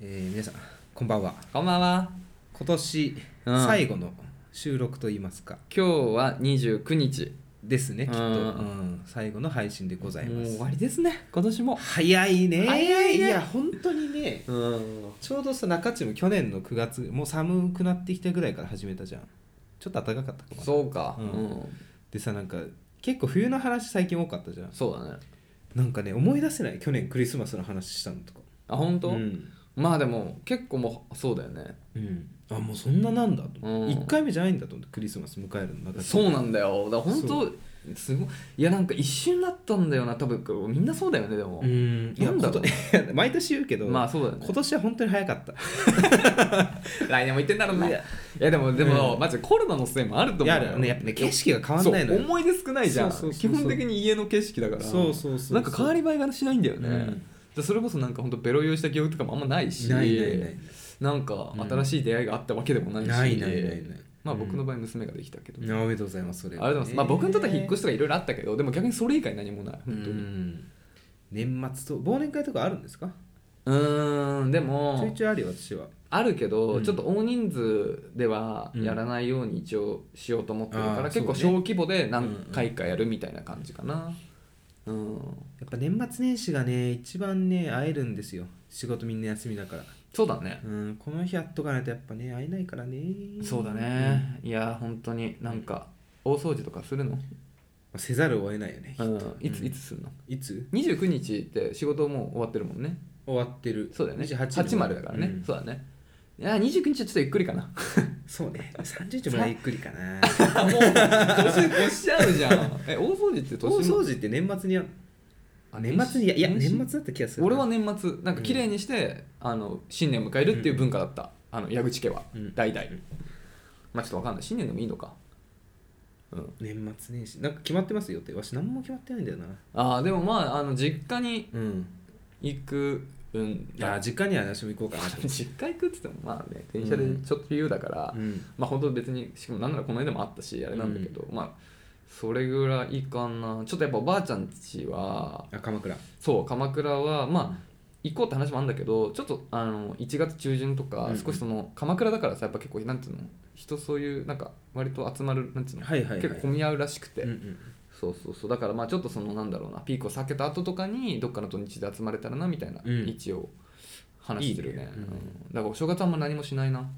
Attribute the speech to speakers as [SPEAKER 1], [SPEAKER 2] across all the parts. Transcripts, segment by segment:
[SPEAKER 1] えー皆さんこんばんは
[SPEAKER 2] こんばんは。
[SPEAKER 1] 今年
[SPEAKER 2] うん
[SPEAKER 1] 最後の収録といいますか、
[SPEAKER 2] 今日は二十九日。
[SPEAKER 1] ですねきっと、う
[SPEAKER 2] うん
[SPEAKER 1] ん、最後の配信でござい
[SPEAKER 2] もう
[SPEAKER 1] ます
[SPEAKER 2] 終わりですね。今年も。
[SPEAKER 1] 早いね
[SPEAKER 2] 早いね
[SPEAKER 1] いや本当にね
[SPEAKER 2] うん。
[SPEAKER 1] ちょうどさ中地も去年の9月もう寒くなってきたぐらいから始めたじゃんちょっと暖かかったかな
[SPEAKER 2] そうか。
[SPEAKER 1] う
[SPEAKER 2] うんん。
[SPEAKER 1] でさなんか結構冬の話最近多かったじゃん
[SPEAKER 2] そうだね。
[SPEAKER 1] なんかね思い出せない去年クリスマスの話したのとか
[SPEAKER 2] あ、本当、
[SPEAKER 1] うん、
[SPEAKER 2] まあでも結構もうそうだよね。
[SPEAKER 1] うん、あもうそんななんだと思って、
[SPEAKER 2] うん
[SPEAKER 1] 1回目じゃないんだと思ってクリスマス迎えるの中地
[SPEAKER 2] そうなんだよ。だから本
[SPEAKER 1] そ
[SPEAKER 2] 当すごい。いやなんか一瞬だったんだよな。多分みんなそうだよねでも。
[SPEAKER 1] うんいや
[SPEAKER 2] なんだろう
[SPEAKER 1] こと 毎年言うけど、
[SPEAKER 2] まあそうだよね
[SPEAKER 1] 今。年は本当に早かった
[SPEAKER 2] 来年も行ってんだろうな。
[SPEAKER 1] い
[SPEAKER 2] い
[SPEAKER 1] や
[SPEAKER 2] やでもでも、
[SPEAKER 1] うん
[SPEAKER 2] マジでコロナのせいもあると
[SPEAKER 1] い
[SPEAKER 2] 思う
[SPEAKER 1] や
[SPEAKER 2] よ。
[SPEAKER 1] だからねやっぱね景色が変わん
[SPEAKER 2] そう
[SPEAKER 1] ないのよ
[SPEAKER 2] 思い出少ないじゃん
[SPEAKER 1] そうそうそうそう
[SPEAKER 2] 基本的に家の景色だから
[SPEAKER 1] そうそうそうそう
[SPEAKER 2] なんか変わり映えがしないんだよね、
[SPEAKER 1] うん
[SPEAKER 2] でそれこそなんかほんとベロ酔いした記憶とかもあんまないし
[SPEAKER 1] ないないない
[SPEAKER 2] なんか新しい出会いがあったわけでもないし、
[SPEAKER 1] ないないないない
[SPEAKER 2] まあ僕の場合娘ができたけど、
[SPEAKER 1] いやおめでとうございますそれ
[SPEAKER 2] ありがとうございます、まあ、僕にとっては引っ越し
[SPEAKER 1] し
[SPEAKER 2] とかいろいろあったけどでも逆にそれ以外何もない本当に
[SPEAKER 1] 年末と忘年会とかあるんですか
[SPEAKER 2] うーんで
[SPEAKER 1] ちょい
[SPEAKER 2] も
[SPEAKER 1] ちょいあるよ私は
[SPEAKER 2] あるけど、
[SPEAKER 1] うん
[SPEAKER 2] ちょっと大人数ではやらないように一応しようと思ってるから、
[SPEAKER 1] うんあー
[SPEAKER 2] 結構
[SPEAKER 1] そうね
[SPEAKER 2] 小規模で何回かやるみたいな感じかなうん
[SPEAKER 1] やっぱ年末年始がね一番ね会えるんですよ仕事みんな休みだから
[SPEAKER 2] そうだね
[SPEAKER 1] うんこの日やっとかないとやっぱね会えないからね
[SPEAKER 2] そうだ
[SPEAKER 1] ん
[SPEAKER 2] ね、いや本当になんか大掃除とかするの、
[SPEAKER 1] まあせざるを得ないよね
[SPEAKER 2] うん、いつ
[SPEAKER 1] うん
[SPEAKER 2] いつするの
[SPEAKER 1] いつ
[SPEAKER 2] 29日って仕事もう終わってるもんね
[SPEAKER 1] 終わってる
[SPEAKER 2] そうだよね
[SPEAKER 1] 28
[SPEAKER 2] 8までだからね、
[SPEAKER 1] うん
[SPEAKER 2] そうだねいや29日はちょっとゆっくりかな
[SPEAKER 1] そうね30日もらいゆっくりかな
[SPEAKER 2] もう年越しちゃうじゃん え大掃除って
[SPEAKER 1] 大
[SPEAKER 2] 年
[SPEAKER 1] 掃除って年末にやん
[SPEAKER 2] あ
[SPEAKER 1] 年末にいやいや
[SPEAKER 2] 年
[SPEAKER 1] 年
[SPEAKER 2] 始
[SPEAKER 1] 末だった気がする
[SPEAKER 2] 俺は年末なんか綺麗にして、あの新年迎えるっていう文化だった、あの矢口家は、
[SPEAKER 1] うん
[SPEAKER 2] 代々、まあちょっとわかんない新年でもいいのかうん
[SPEAKER 1] 年末年始なんか決まってますよってわし何も決まってないんだよな
[SPEAKER 2] ああでもまああの実家に
[SPEAKER 1] うん
[SPEAKER 2] 行くうん
[SPEAKER 1] あ実家には私も行こうかなと思って
[SPEAKER 2] 実家行くって言ってもまあね電車でちょっと 言うだから、
[SPEAKER 1] うん
[SPEAKER 2] まあ本当別にしかもなんならこの間もあったしあれなんだけど、まあそれぐらいかなちょっとやっぱおばあちゃんちは
[SPEAKER 1] あ鎌倉
[SPEAKER 2] そう鎌倉はまあ行こうって話もあるんだけどちょっとあの1月中旬とか
[SPEAKER 1] うん
[SPEAKER 2] 少しその鎌倉だからさやっぱ結構なんていうの人そういうなんか割と集まるなんていうの、
[SPEAKER 1] はいはいはい
[SPEAKER 2] 結構混み合うらしくて、
[SPEAKER 1] うんうん
[SPEAKER 2] そうそうそうだからまあちょっとそのなんだろうなピークを避けた後とかにどっかの土日で集まれたらなみたいな、
[SPEAKER 1] うん
[SPEAKER 2] 一応話してるね
[SPEAKER 1] いいねうん
[SPEAKER 2] うんだからお正月あんま何もしないな、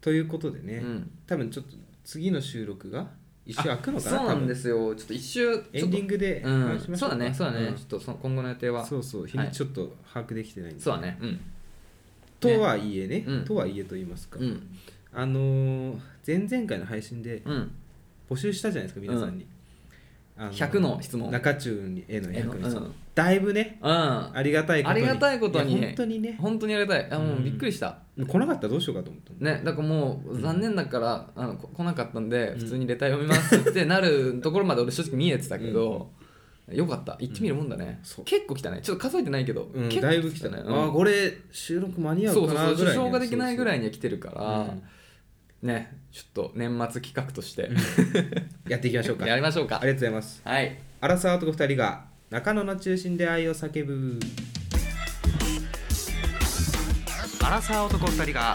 [SPEAKER 1] ということでね、
[SPEAKER 2] うん、
[SPEAKER 1] 多分ちょっと次の収録が一周開くのかな
[SPEAKER 2] そうなんですすよちょっと一周
[SPEAKER 1] エ
[SPEAKER 2] ちょ
[SPEAKER 1] ン
[SPEAKER 2] っと
[SPEAKER 1] ディングで
[SPEAKER 2] うん
[SPEAKER 1] 話しまし
[SPEAKER 2] そ
[SPEAKER 1] ょ
[SPEAKER 2] う
[SPEAKER 1] か
[SPEAKER 2] だねそうだね、
[SPEAKER 1] ん
[SPEAKER 2] ちょっとその今後の予定は
[SPEAKER 1] そうそう日に
[SPEAKER 2] はい
[SPEAKER 1] ちょっと把握できてないんで、
[SPEAKER 2] そうだねうん
[SPEAKER 1] とはいえね
[SPEAKER 2] うん
[SPEAKER 1] とはいえと言いますか、
[SPEAKER 2] うん
[SPEAKER 1] あのー前々回の配信で
[SPEAKER 2] うん
[SPEAKER 1] 募集したじゃないですか皆さんに、あ
[SPEAKER 2] 100の質問
[SPEAKER 1] 中中への
[SPEAKER 2] え
[SPEAKER 1] 100
[SPEAKER 2] の
[SPEAKER 1] の質問、
[SPEAKER 2] うん
[SPEAKER 1] だいぶね
[SPEAKER 2] うん
[SPEAKER 1] ありがたいことに
[SPEAKER 2] ありがたいことに
[SPEAKER 1] や本当にね
[SPEAKER 2] 本当にありがたいあもううんびっくりした、
[SPEAKER 1] 来なかったらどうしようかと思ったの
[SPEAKER 2] ね、だからもう残念だから、あのこ来なかったんで
[SPEAKER 1] うん
[SPEAKER 2] 普通にレター読みますってなるところまで俺正直見えてたけど、よかった行ってみるもんだね、
[SPEAKER 1] そう
[SPEAKER 2] 結構来たねちょっと数えてないけど、
[SPEAKER 1] うん、
[SPEAKER 2] 結構
[SPEAKER 1] だいぶ来たね、
[SPEAKER 2] うん
[SPEAKER 1] あこれ収録間に合
[SPEAKER 2] そうう
[SPEAKER 1] か
[SPEAKER 2] そう
[SPEAKER 1] な
[SPEAKER 2] そう
[SPEAKER 1] ぐらいね、
[SPEAKER 2] 支障ができないぐらいには来てるか
[SPEAKER 1] そうそう
[SPEAKER 2] ら、ねちょっと年末企画として
[SPEAKER 1] うんやっていきましょうか
[SPEAKER 2] やりましょうか
[SPEAKER 1] ありがとうございます
[SPEAKER 2] はい
[SPEAKER 1] アラサー男2人が中野の中心で愛を叫ぶアラサー男2人が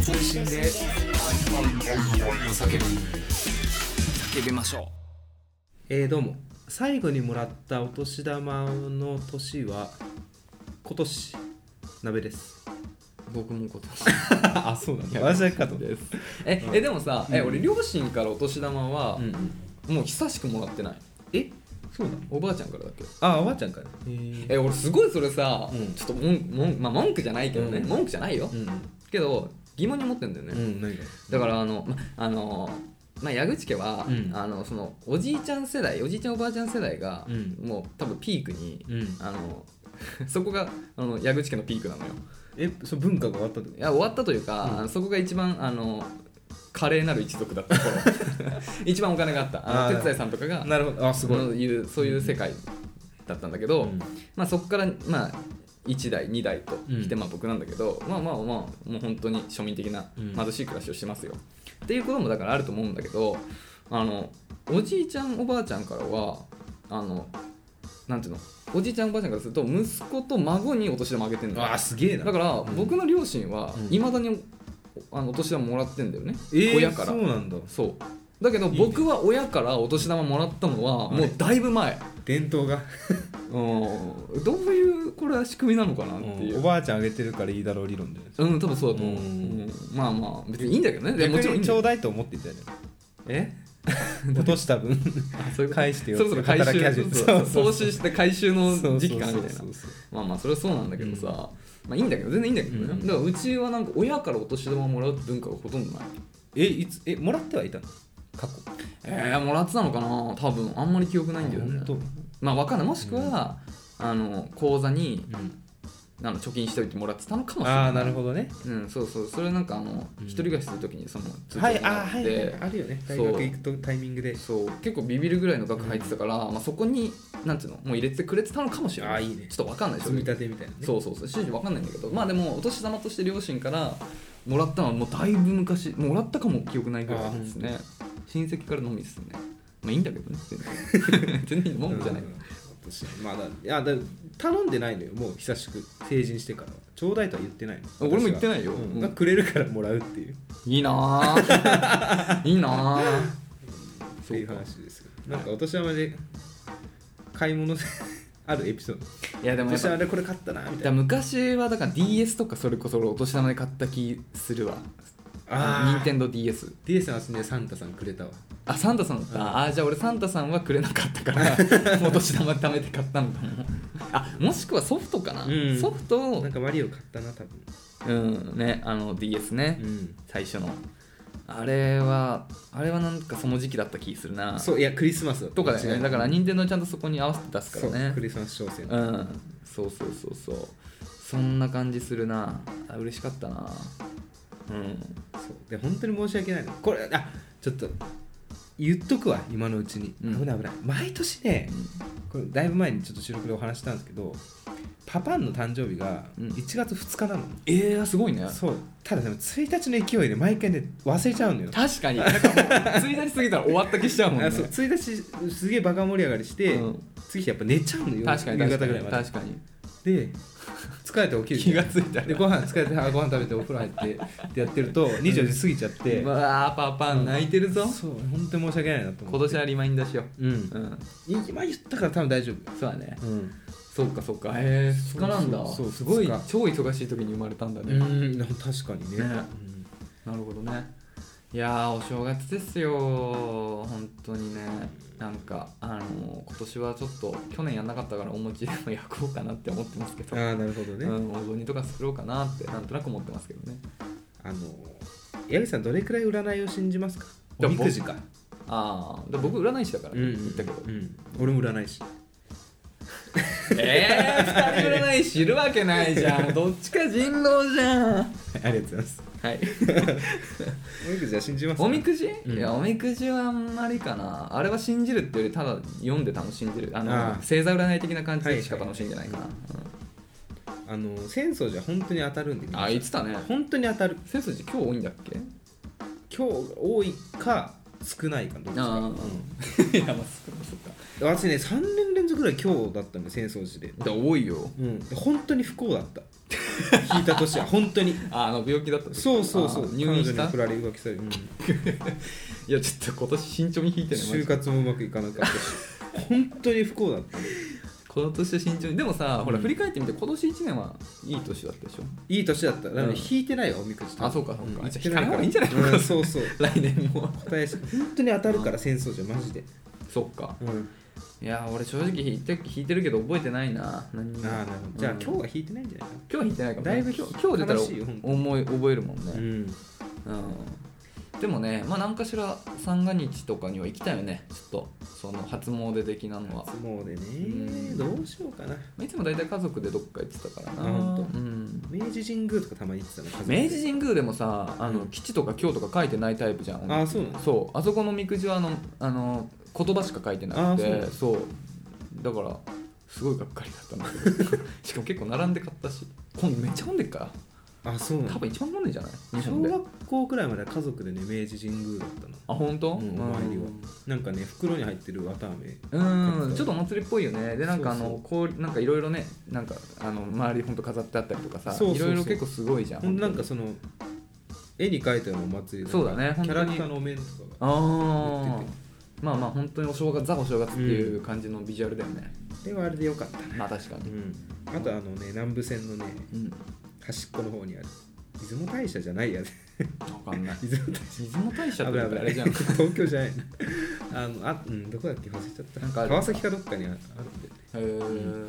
[SPEAKER 1] 中心で
[SPEAKER 2] 叫びましょ
[SPEAKER 1] えー、どうも最後にもらったお年玉の年は今年鍋です
[SPEAKER 2] う僕も今年
[SPEAKER 1] あそうなんだ私だけかと
[SPEAKER 2] です え,、えでもさ、え俺両親からお年玉は、もう久しくもらってない
[SPEAKER 1] えそうなの
[SPEAKER 2] おばあちゃんからだけ
[SPEAKER 1] あおばあちゃんからえ
[SPEAKER 2] え俺すごいそれさ、
[SPEAKER 1] うん
[SPEAKER 2] ちょっともんもん、まあ、文句じゃないけどね、
[SPEAKER 1] うん
[SPEAKER 2] 文句じゃないよ、
[SPEAKER 1] うん
[SPEAKER 2] けど疑問に思ってんだよね、
[SPEAKER 1] うん何が
[SPEAKER 2] だからあの、まあのまあ、矢口家は、
[SPEAKER 1] うん
[SPEAKER 2] あのそのおじいちゃん世代おじいちゃんおばあちゃん世代が、
[SPEAKER 1] うん
[SPEAKER 2] もう多分ピークに、
[SPEAKER 1] うん
[SPEAKER 2] あの そこがあの矢口家のピークなのよ
[SPEAKER 1] えその文化が終わったってこ
[SPEAKER 2] いや終わったというか、
[SPEAKER 1] うん
[SPEAKER 2] あのそこが一番あの華麗なる一族 だった頃一番お金があったあ
[SPEAKER 1] あ
[SPEAKER 2] の
[SPEAKER 1] ー
[SPEAKER 2] 哲也さんとかが
[SPEAKER 1] となるほどあすごい、
[SPEAKER 2] のいうそういう世界だったんだけど、
[SPEAKER 1] うん
[SPEAKER 2] まあ、そこから、まあ、1代2代と来て、
[SPEAKER 1] うん
[SPEAKER 2] まあ、僕なんだけどまあまあまあもう本当に庶民的な
[SPEAKER 1] うん
[SPEAKER 2] 貧しい暮らしをしてますよ、っていうこともだからあると思うんだけどあのおじいちゃんおばあちゃんからはあのなんていうのおじいちゃんおばあちゃんからすると息子と孫にお年玉あげてるの
[SPEAKER 1] ああすげえな
[SPEAKER 2] だから
[SPEAKER 1] うん
[SPEAKER 2] 僕の両親は
[SPEAKER 1] うん
[SPEAKER 2] いまだにおあのお年玉もらってんだよね、
[SPEAKER 1] えー
[SPEAKER 2] 親から
[SPEAKER 1] そうなんだ
[SPEAKER 2] そうだけど
[SPEAKER 1] いいね
[SPEAKER 2] 僕は親からお年玉もらったのは
[SPEAKER 1] はい
[SPEAKER 2] もうだいぶ前、
[SPEAKER 1] 伝統が、
[SPEAKER 2] うん、どういうこれは仕組みなのかなっていう
[SPEAKER 1] おばあちゃんあげてるからいいだろう理論で
[SPEAKER 2] うん多分そうだと思う、
[SPEAKER 1] うん
[SPEAKER 2] うんまあまあ別にいいんだけどねいやも
[SPEAKER 1] 逆
[SPEAKER 2] ちろんいい
[SPEAKER 1] にち
[SPEAKER 2] んだけ
[SPEAKER 1] ょ
[SPEAKER 2] ど
[SPEAKER 1] うだいと思っていたよね え落とした分
[SPEAKER 2] あそういうこと
[SPEAKER 1] 返してよ
[SPEAKER 2] そろそろ回
[SPEAKER 1] 働き始
[SPEAKER 2] 収
[SPEAKER 1] めた
[SPEAKER 2] そうそう
[SPEAKER 1] そうそう
[SPEAKER 2] 投資して回収の時期かなみたいな
[SPEAKER 1] そうそうそう
[SPEAKER 2] まあまあそれはそうなんだけどさ、まあいいんだけど全然いいんだけどね、
[SPEAKER 1] うん
[SPEAKER 2] だからうちはなんか親からお年玉もらうって文化がほとんどない
[SPEAKER 1] えいつえもらってはいたの過去
[SPEAKER 2] えー、もらってたのかな多分あんまり記憶ないんだよね
[SPEAKER 1] あ本
[SPEAKER 2] まあわかんないもしくは、あの口座に
[SPEAKER 1] 当
[SPEAKER 2] あの貯金しておいてもらってたのかもしれない
[SPEAKER 1] ああなるほどね
[SPEAKER 2] うん、そうそうそれなんかあの
[SPEAKER 1] うん
[SPEAKER 2] 一人暮らしするときにその通帳も
[SPEAKER 1] はい
[SPEAKER 2] ら
[SPEAKER 1] あー
[SPEAKER 2] っ
[SPEAKER 1] はいはい
[SPEAKER 2] て
[SPEAKER 1] あるよね
[SPEAKER 2] そう
[SPEAKER 1] 大学行くとタイミングで
[SPEAKER 2] そう結構ビビるぐらいの額入ってたから、まあ、そこになんていうのもう入れてくれてたのかもしれない
[SPEAKER 1] あーいいね
[SPEAKER 2] ちょっとわかんない
[SPEAKER 1] 積み立てみたいなね
[SPEAKER 2] そうそうそう正直わかんないんだけどまあでもお年玉として両親からもらったのはもうだいぶ昔もらったかも記憶ないぐらいですね親戚からのみですねまあいいんだけど ね全然全然いいもんじゃない、
[SPEAKER 1] うん私まあだいやだ頼んでないのよもう久しく成人してからはちょうだいとは言ってないの
[SPEAKER 2] 俺も言ってないよ
[SPEAKER 1] 私はうん
[SPEAKER 2] うん
[SPEAKER 1] だからくれるからもらうっていう
[SPEAKER 2] いいなあ いいなあ
[SPEAKER 1] そういう
[SPEAKER 2] そうか
[SPEAKER 1] 話ですよなんかお年玉で買い物で あるエピソード
[SPEAKER 2] いやで
[SPEAKER 1] お
[SPEAKER 2] もやっ
[SPEAKER 1] 年
[SPEAKER 2] ぱ
[SPEAKER 1] 玉でこれ買ったなみ
[SPEAKER 2] だ
[SPEAKER 1] た
[SPEAKER 2] から
[SPEAKER 1] いな
[SPEAKER 2] 昔はだから DS とかそれこそ俺お年玉で買った気するわ任天堂 d s
[SPEAKER 1] DS の話ねサンタさんくれたわ
[SPEAKER 2] あサンタさんだった、あーじゃあ俺サンタさんはくれなかったから もうお年玉貯めて買ったんだもんあもしくはソフトかな、
[SPEAKER 1] うん
[SPEAKER 2] ソフトを
[SPEAKER 1] なんかマリオ買ったな多分
[SPEAKER 2] うんねあの DS ね、
[SPEAKER 1] うん
[SPEAKER 2] 最初のあれはあれはなんかその時期だった気するな
[SPEAKER 1] そういやクリスマス
[SPEAKER 2] とかだよねだから任天堂ちゃんとそこに合わせて出す
[SPEAKER 1] そ
[SPEAKER 2] か
[SPEAKER 1] う
[SPEAKER 2] らね
[SPEAKER 1] クリスマス商戦
[SPEAKER 2] うんそうそうそうそうそんな感じするなあ嬉しかったなうん
[SPEAKER 1] そうで本当に申し訳ないのこれあちょっと言っとくわ今のうちに、
[SPEAKER 2] うん
[SPEAKER 1] 危ない危ない毎年ねこれだいぶ前にちょっと収録でお話ししたんですけどパパンの誕生日が
[SPEAKER 2] うん
[SPEAKER 1] 1月2日なの、
[SPEAKER 2] えー、すごいね
[SPEAKER 1] そうただでも1日の勢いで毎回ね忘れちゃうのよ
[SPEAKER 2] 確かになんかもう1日過ぎたら終わった気しちゃうもんね
[SPEAKER 1] あそう1日すげえバカ盛り上がりして、
[SPEAKER 2] うん
[SPEAKER 1] 次日やっぱ寝ちゃうのよ
[SPEAKER 2] 確かに
[SPEAKER 1] 夕
[SPEAKER 2] 確
[SPEAKER 1] 方ぐ
[SPEAKER 2] かに
[SPEAKER 1] らいまで
[SPEAKER 2] 確かに
[SPEAKER 1] で疲れて起きる
[SPEAKER 2] 気がついた
[SPEAKER 1] で
[SPEAKER 2] ら
[SPEAKER 1] ご飯疲れてあご飯食べてお風呂入ってってやってると24時過ぎちゃって、
[SPEAKER 2] うわあパパン泣いてるぞ
[SPEAKER 1] そう本当に申し訳ないなと思
[SPEAKER 2] 今
[SPEAKER 1] って
[SPEAKER 2] 年はリマインダーしよ
[SPEAKER 1] うん
[SPEAKER 2] ううん
[SPEAKER 1] 今言ったから多分大丈夫
[SPEAKER 2] そうだね
[SPEAKER 1] うん、
[SPEAKER 2] そうかそうかへえ2日なんだ
[SPEAKER 1] そうそうそう
[SPEAKER 2] すごい
[SPEAKER 1] 二日
[SPEAKER 2] 超忙しい時に生まれたんだね
[SPEAKER 1] うん、確かにね
[SPEAKER 2] ねなるほどねいやーお正月ですよ本当にねなんかあのー今年はちょっと去年やんなかったからお餅でも焼こうかなって思ってますけど、
[SPEAKER 1] ああなるほどね、
[SPEAKER 2] うん、お雑煮とか作ろうかなってなんとなく思ってますけどね
[SPEAKER 1] あの八木さんどれくらい占いを信じますか
[SPEAKER 2] で
[SPEAKER 1] お
[SPEAKER 2] も
[SPEAKER 1] み
[SPEAKER 2] 僕
[SPEAKER 1] くじか
[SPEAKER 2] ああ僕占い師だから、ね言ったけど
[SPEAKER 1] うん、俺も占い師
[SPEAKER 2] ええー、二人占い師いるわけないじゃんどっちか人狼じゃん
[SPEAKER 1] ありがとうございます
[SPEAKER 2] はい
[SPEAKER 1] おみくじは信じますか
[SPEAKER 2] おみくじ、
[SPEAKER 1] ん
[SPEAKER 2] いやおみくじはあんまりかなあれは信じるっていうよりただ読んで楽しんでるあの
[SPEAKER 1] ああ
[SPEAKER 2] 星座占い的な感じでしか楽しんでないかな、
[SPEAKER 1] あの浅草寺は本当に当たるんで
[SPEAKER 2] うんあ言ってたね
[SPEAKER 1] 本当に当たる
[SPEAKER 2] 背筋今日多いんだっけ
[SPEAKER 1] 今日多いか少 ないかどうですか、
[SPEAKER 2] あー
[SPEAKER 1] うん、
[SPEAKER 2] いやまあそっかそっか
[SPEAKER 1] 私ね3年連続ぐらい今日だったんで浅草寺で、
[SPEAKER 2] だから多いよ
[SPEAKER 1] うん、本当に不幸だった 聞いた年は本当に
[SPEAKER 2] ああの病気だった時
[SPEAKER 1] そうそうそ
[SPEAKER 2] あ
[SPEAKER 1] う
[SPEAKER 2] ー入院
[SPEAKER 1] 彼女
[SPEAKER 2] した
[SPEAKER 1] に振られ浮気され、うん
[SPEAKER 2] いやちょっと今年慎重に引いてねマジで
[SPEAKER 1] 就活もうまくいかなかったし本当に不幸だったね
[SPEAKER 2] この年は慎重にでもさ、ほら
[SPEAKER 1] うん
[SPEAKER 2] 振り返ってみて今年1年はいい年だったでしょ
[SPEAKER 1] いい年だっただから
[SPEAKER 2] うん
[SPEAKER 1] 引いてないわおみくじ
[SPEAKER 2] あそうかそうか
[SPEAKER 1] ん
[SPEAKER 2] じゃあ
[SPEAKER 1] 引てない
[SPEAKER 2] 引かない方
[SPEAKER 1] か
[SPEAKER 2] が
[SPEAKER 1] ら
[SPEAKER 2] いいんじゃない
[SPEAKER 1] うんそうそう
[SPEAKER 2] 来年も
[SPEAKER 1] 答 えし本当に当たるから戦争じゃマジで、
[SPEAKER 2] そっか
[SPEAKER 1] うん、
[SPEAKER 2] いや俺正直引いて引いてるけど覚えてないな何に
[SPEAKER 1] あ
[SPEAKER 2] も
[SPEAKER 1] あなるほどじゃあ
[SPEAKER 2] うん
[SPEAKER 1] 今日は引いてないんじゃないか
[SPEAKER 2] 今日は弾いてないかもね、
[SPEAKER 1] だいぶ
[SPEAKER 2] 今日今日出たら
[SPEAKER 1] 悲しいよ本当
[SPEAKER 2] 思い覚えるもん
[SPEAKER 1] な、
[SPEAKER 2] ね、うんでもね、まあ、何かしら三が日とかには行きたいよねちょっとその初詣的なのは、
[SPEAKER 1] 初詣ね、
[SPEAKER 2] ん
[SPEAKER 1] どうしようかな
[SPEAKER 2] まあいつも大体家族でどっか行ってたからな
[SPEAKER 1] あ本当
[SPEAKER 2] うん
[SPEAKER 1] 明治神宮とかたまに行ってたの家族で
[SPEAKER 2] 明治神宮でもさあの、
[SPEAKER 1] うん
[SPEAKER 2] 基地とか京とか書いてないタイプじゃん
[SPEAKER 1] あそうなの
[SPEAKER 2] そうあそこのみくじはあのあの言葉しか書いてなく
[SPEAKER 1] あそうな
[SPEAKER 2] て
[SPEAKER 1] の
[SPEAKER 2] そうだから すごいがっかりだったんだけどしかも結構並んで買ったし今度めっちゃ混んでっから
[SPEAKER 1] あそうな
[SPEAKER 2] 多
[SPEAKER 1] の
[SPEAKER 2] 分一番なんじゃない日
[SPEAKER 1] 小
[SPEAKER 2] 本で
[SPEAKER 1] 学校くらいまでは家族でね明治神宮だったの
[SPEAKER 2] あ本
[SPEAKER 1] う
[SPEAKER 2] 当、
[SPEAKER 1] んお参りはなんかね袋に入ってる綿飴
[SPEAKER 2] うんちょっとお祭りっぽいよねでなんかあ
[SPEAKER 1] そうそ
[SPEAKER 2] の
[SPEAKER 1] う
[SPEAKER 2] こうなんかいろいろねなんかあの周りほんと飾ってあったりとかさ
[SPEAKER 1] そうそう
[SPEAKER 2] い
[SPEAKER 1] そう
[SPEAKER 2] ろいろ結構すごいじゃん
[SPEAKER 1] ほんとなん
[SPEAKER 2] 本当
[SPEAKER 1] か
[SPEAKER 2] に
[SPEAKER 1] その絵に描いたようなお祭り
[SPEAKER 2] そうだね
[SPEAKER 1] キ
[SPEAKER 2] 本当
[SPEAKER 1] ャ
[SPEAKER 2] に
[SPEAKER 1] ラクターのお面とかが
[SPEAKER 2] あ
[SPEAKER 1] 売って
[SPEAKER 2] あまあまあ本当にお正月ザお正月っていう感じのビジュアルだよね、
[SPEAKER 1] でもあれでよかったね
[SPEAKER 2] まあ確かに、
[SPEAKER 1] あとあのね南部線のね
[SPEAKER 2] うん、
[SPEAKER 1] 端っこの方にある出雲大社じゃないや ね
[SPEAKER 2] 分かんない
[SPEAKER 1] 出雲大
[SPEAKER 2] 出雲大社
[SPEAKER 1] 社
[SPEAKER 2] っ
[SPEAKER 1] 危
[SPEAKER 2] て
[SPEAKER 1] ない
[SPEAKER 2] あ
[SPEAKER 1] 危ない
[SPEAKER 2] れじゃん
[SPEAKER 1] 東京じゃないあのあうんどこだっけ忘れちゃった
[SPEAKER 2] なんかある
[SPEAKER 1] 川崎かどっかにああるんだよね
[SPEAKER 2] へー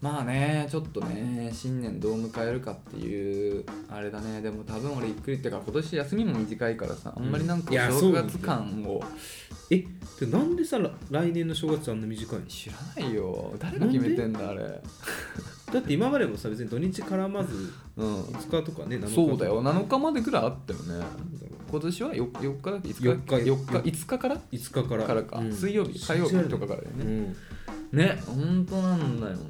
[SPEAKER 2] まあねちょっとね新年どう迎えるかっていうあれだねでも多分俺ゆっくりってか今年休みも短いからさあんまりなんか
[SPEAKER 1] うんいや
[SPEAKER 2] 正月感を
[SPEAKER 1] えでなんでさら来年の正月あんな短いの
[SPEAKER 2] 知らないよ誰が決めてんだあれ
[SPEAKER 1] だって今までもさ別に土日絡まず
[SPEAKER 2] うん
[SPEAKER 1] 5日とかね7日とか
[SPEAKER 2] そうだよ7日までぐらいあったよね
[SPEAKER 1] なんだろ
[SPEAKER 2] 今年は 4, 4日だっけ5日
[SPEAKER 1] 4日
[SPEAKER 2] ,4 日5日から
[SPEAKER 1] う5日から
[SPEAKER 2] からか、
[SPEAKER 1] うん
[SPEAKER 2] 水曜日火曜日とかからだよ
[SPEAKER 1] う
[SPEAKER 2] ね、
[SPEAKER 1] ん
[SPEAKER 2] ね本当なんだよね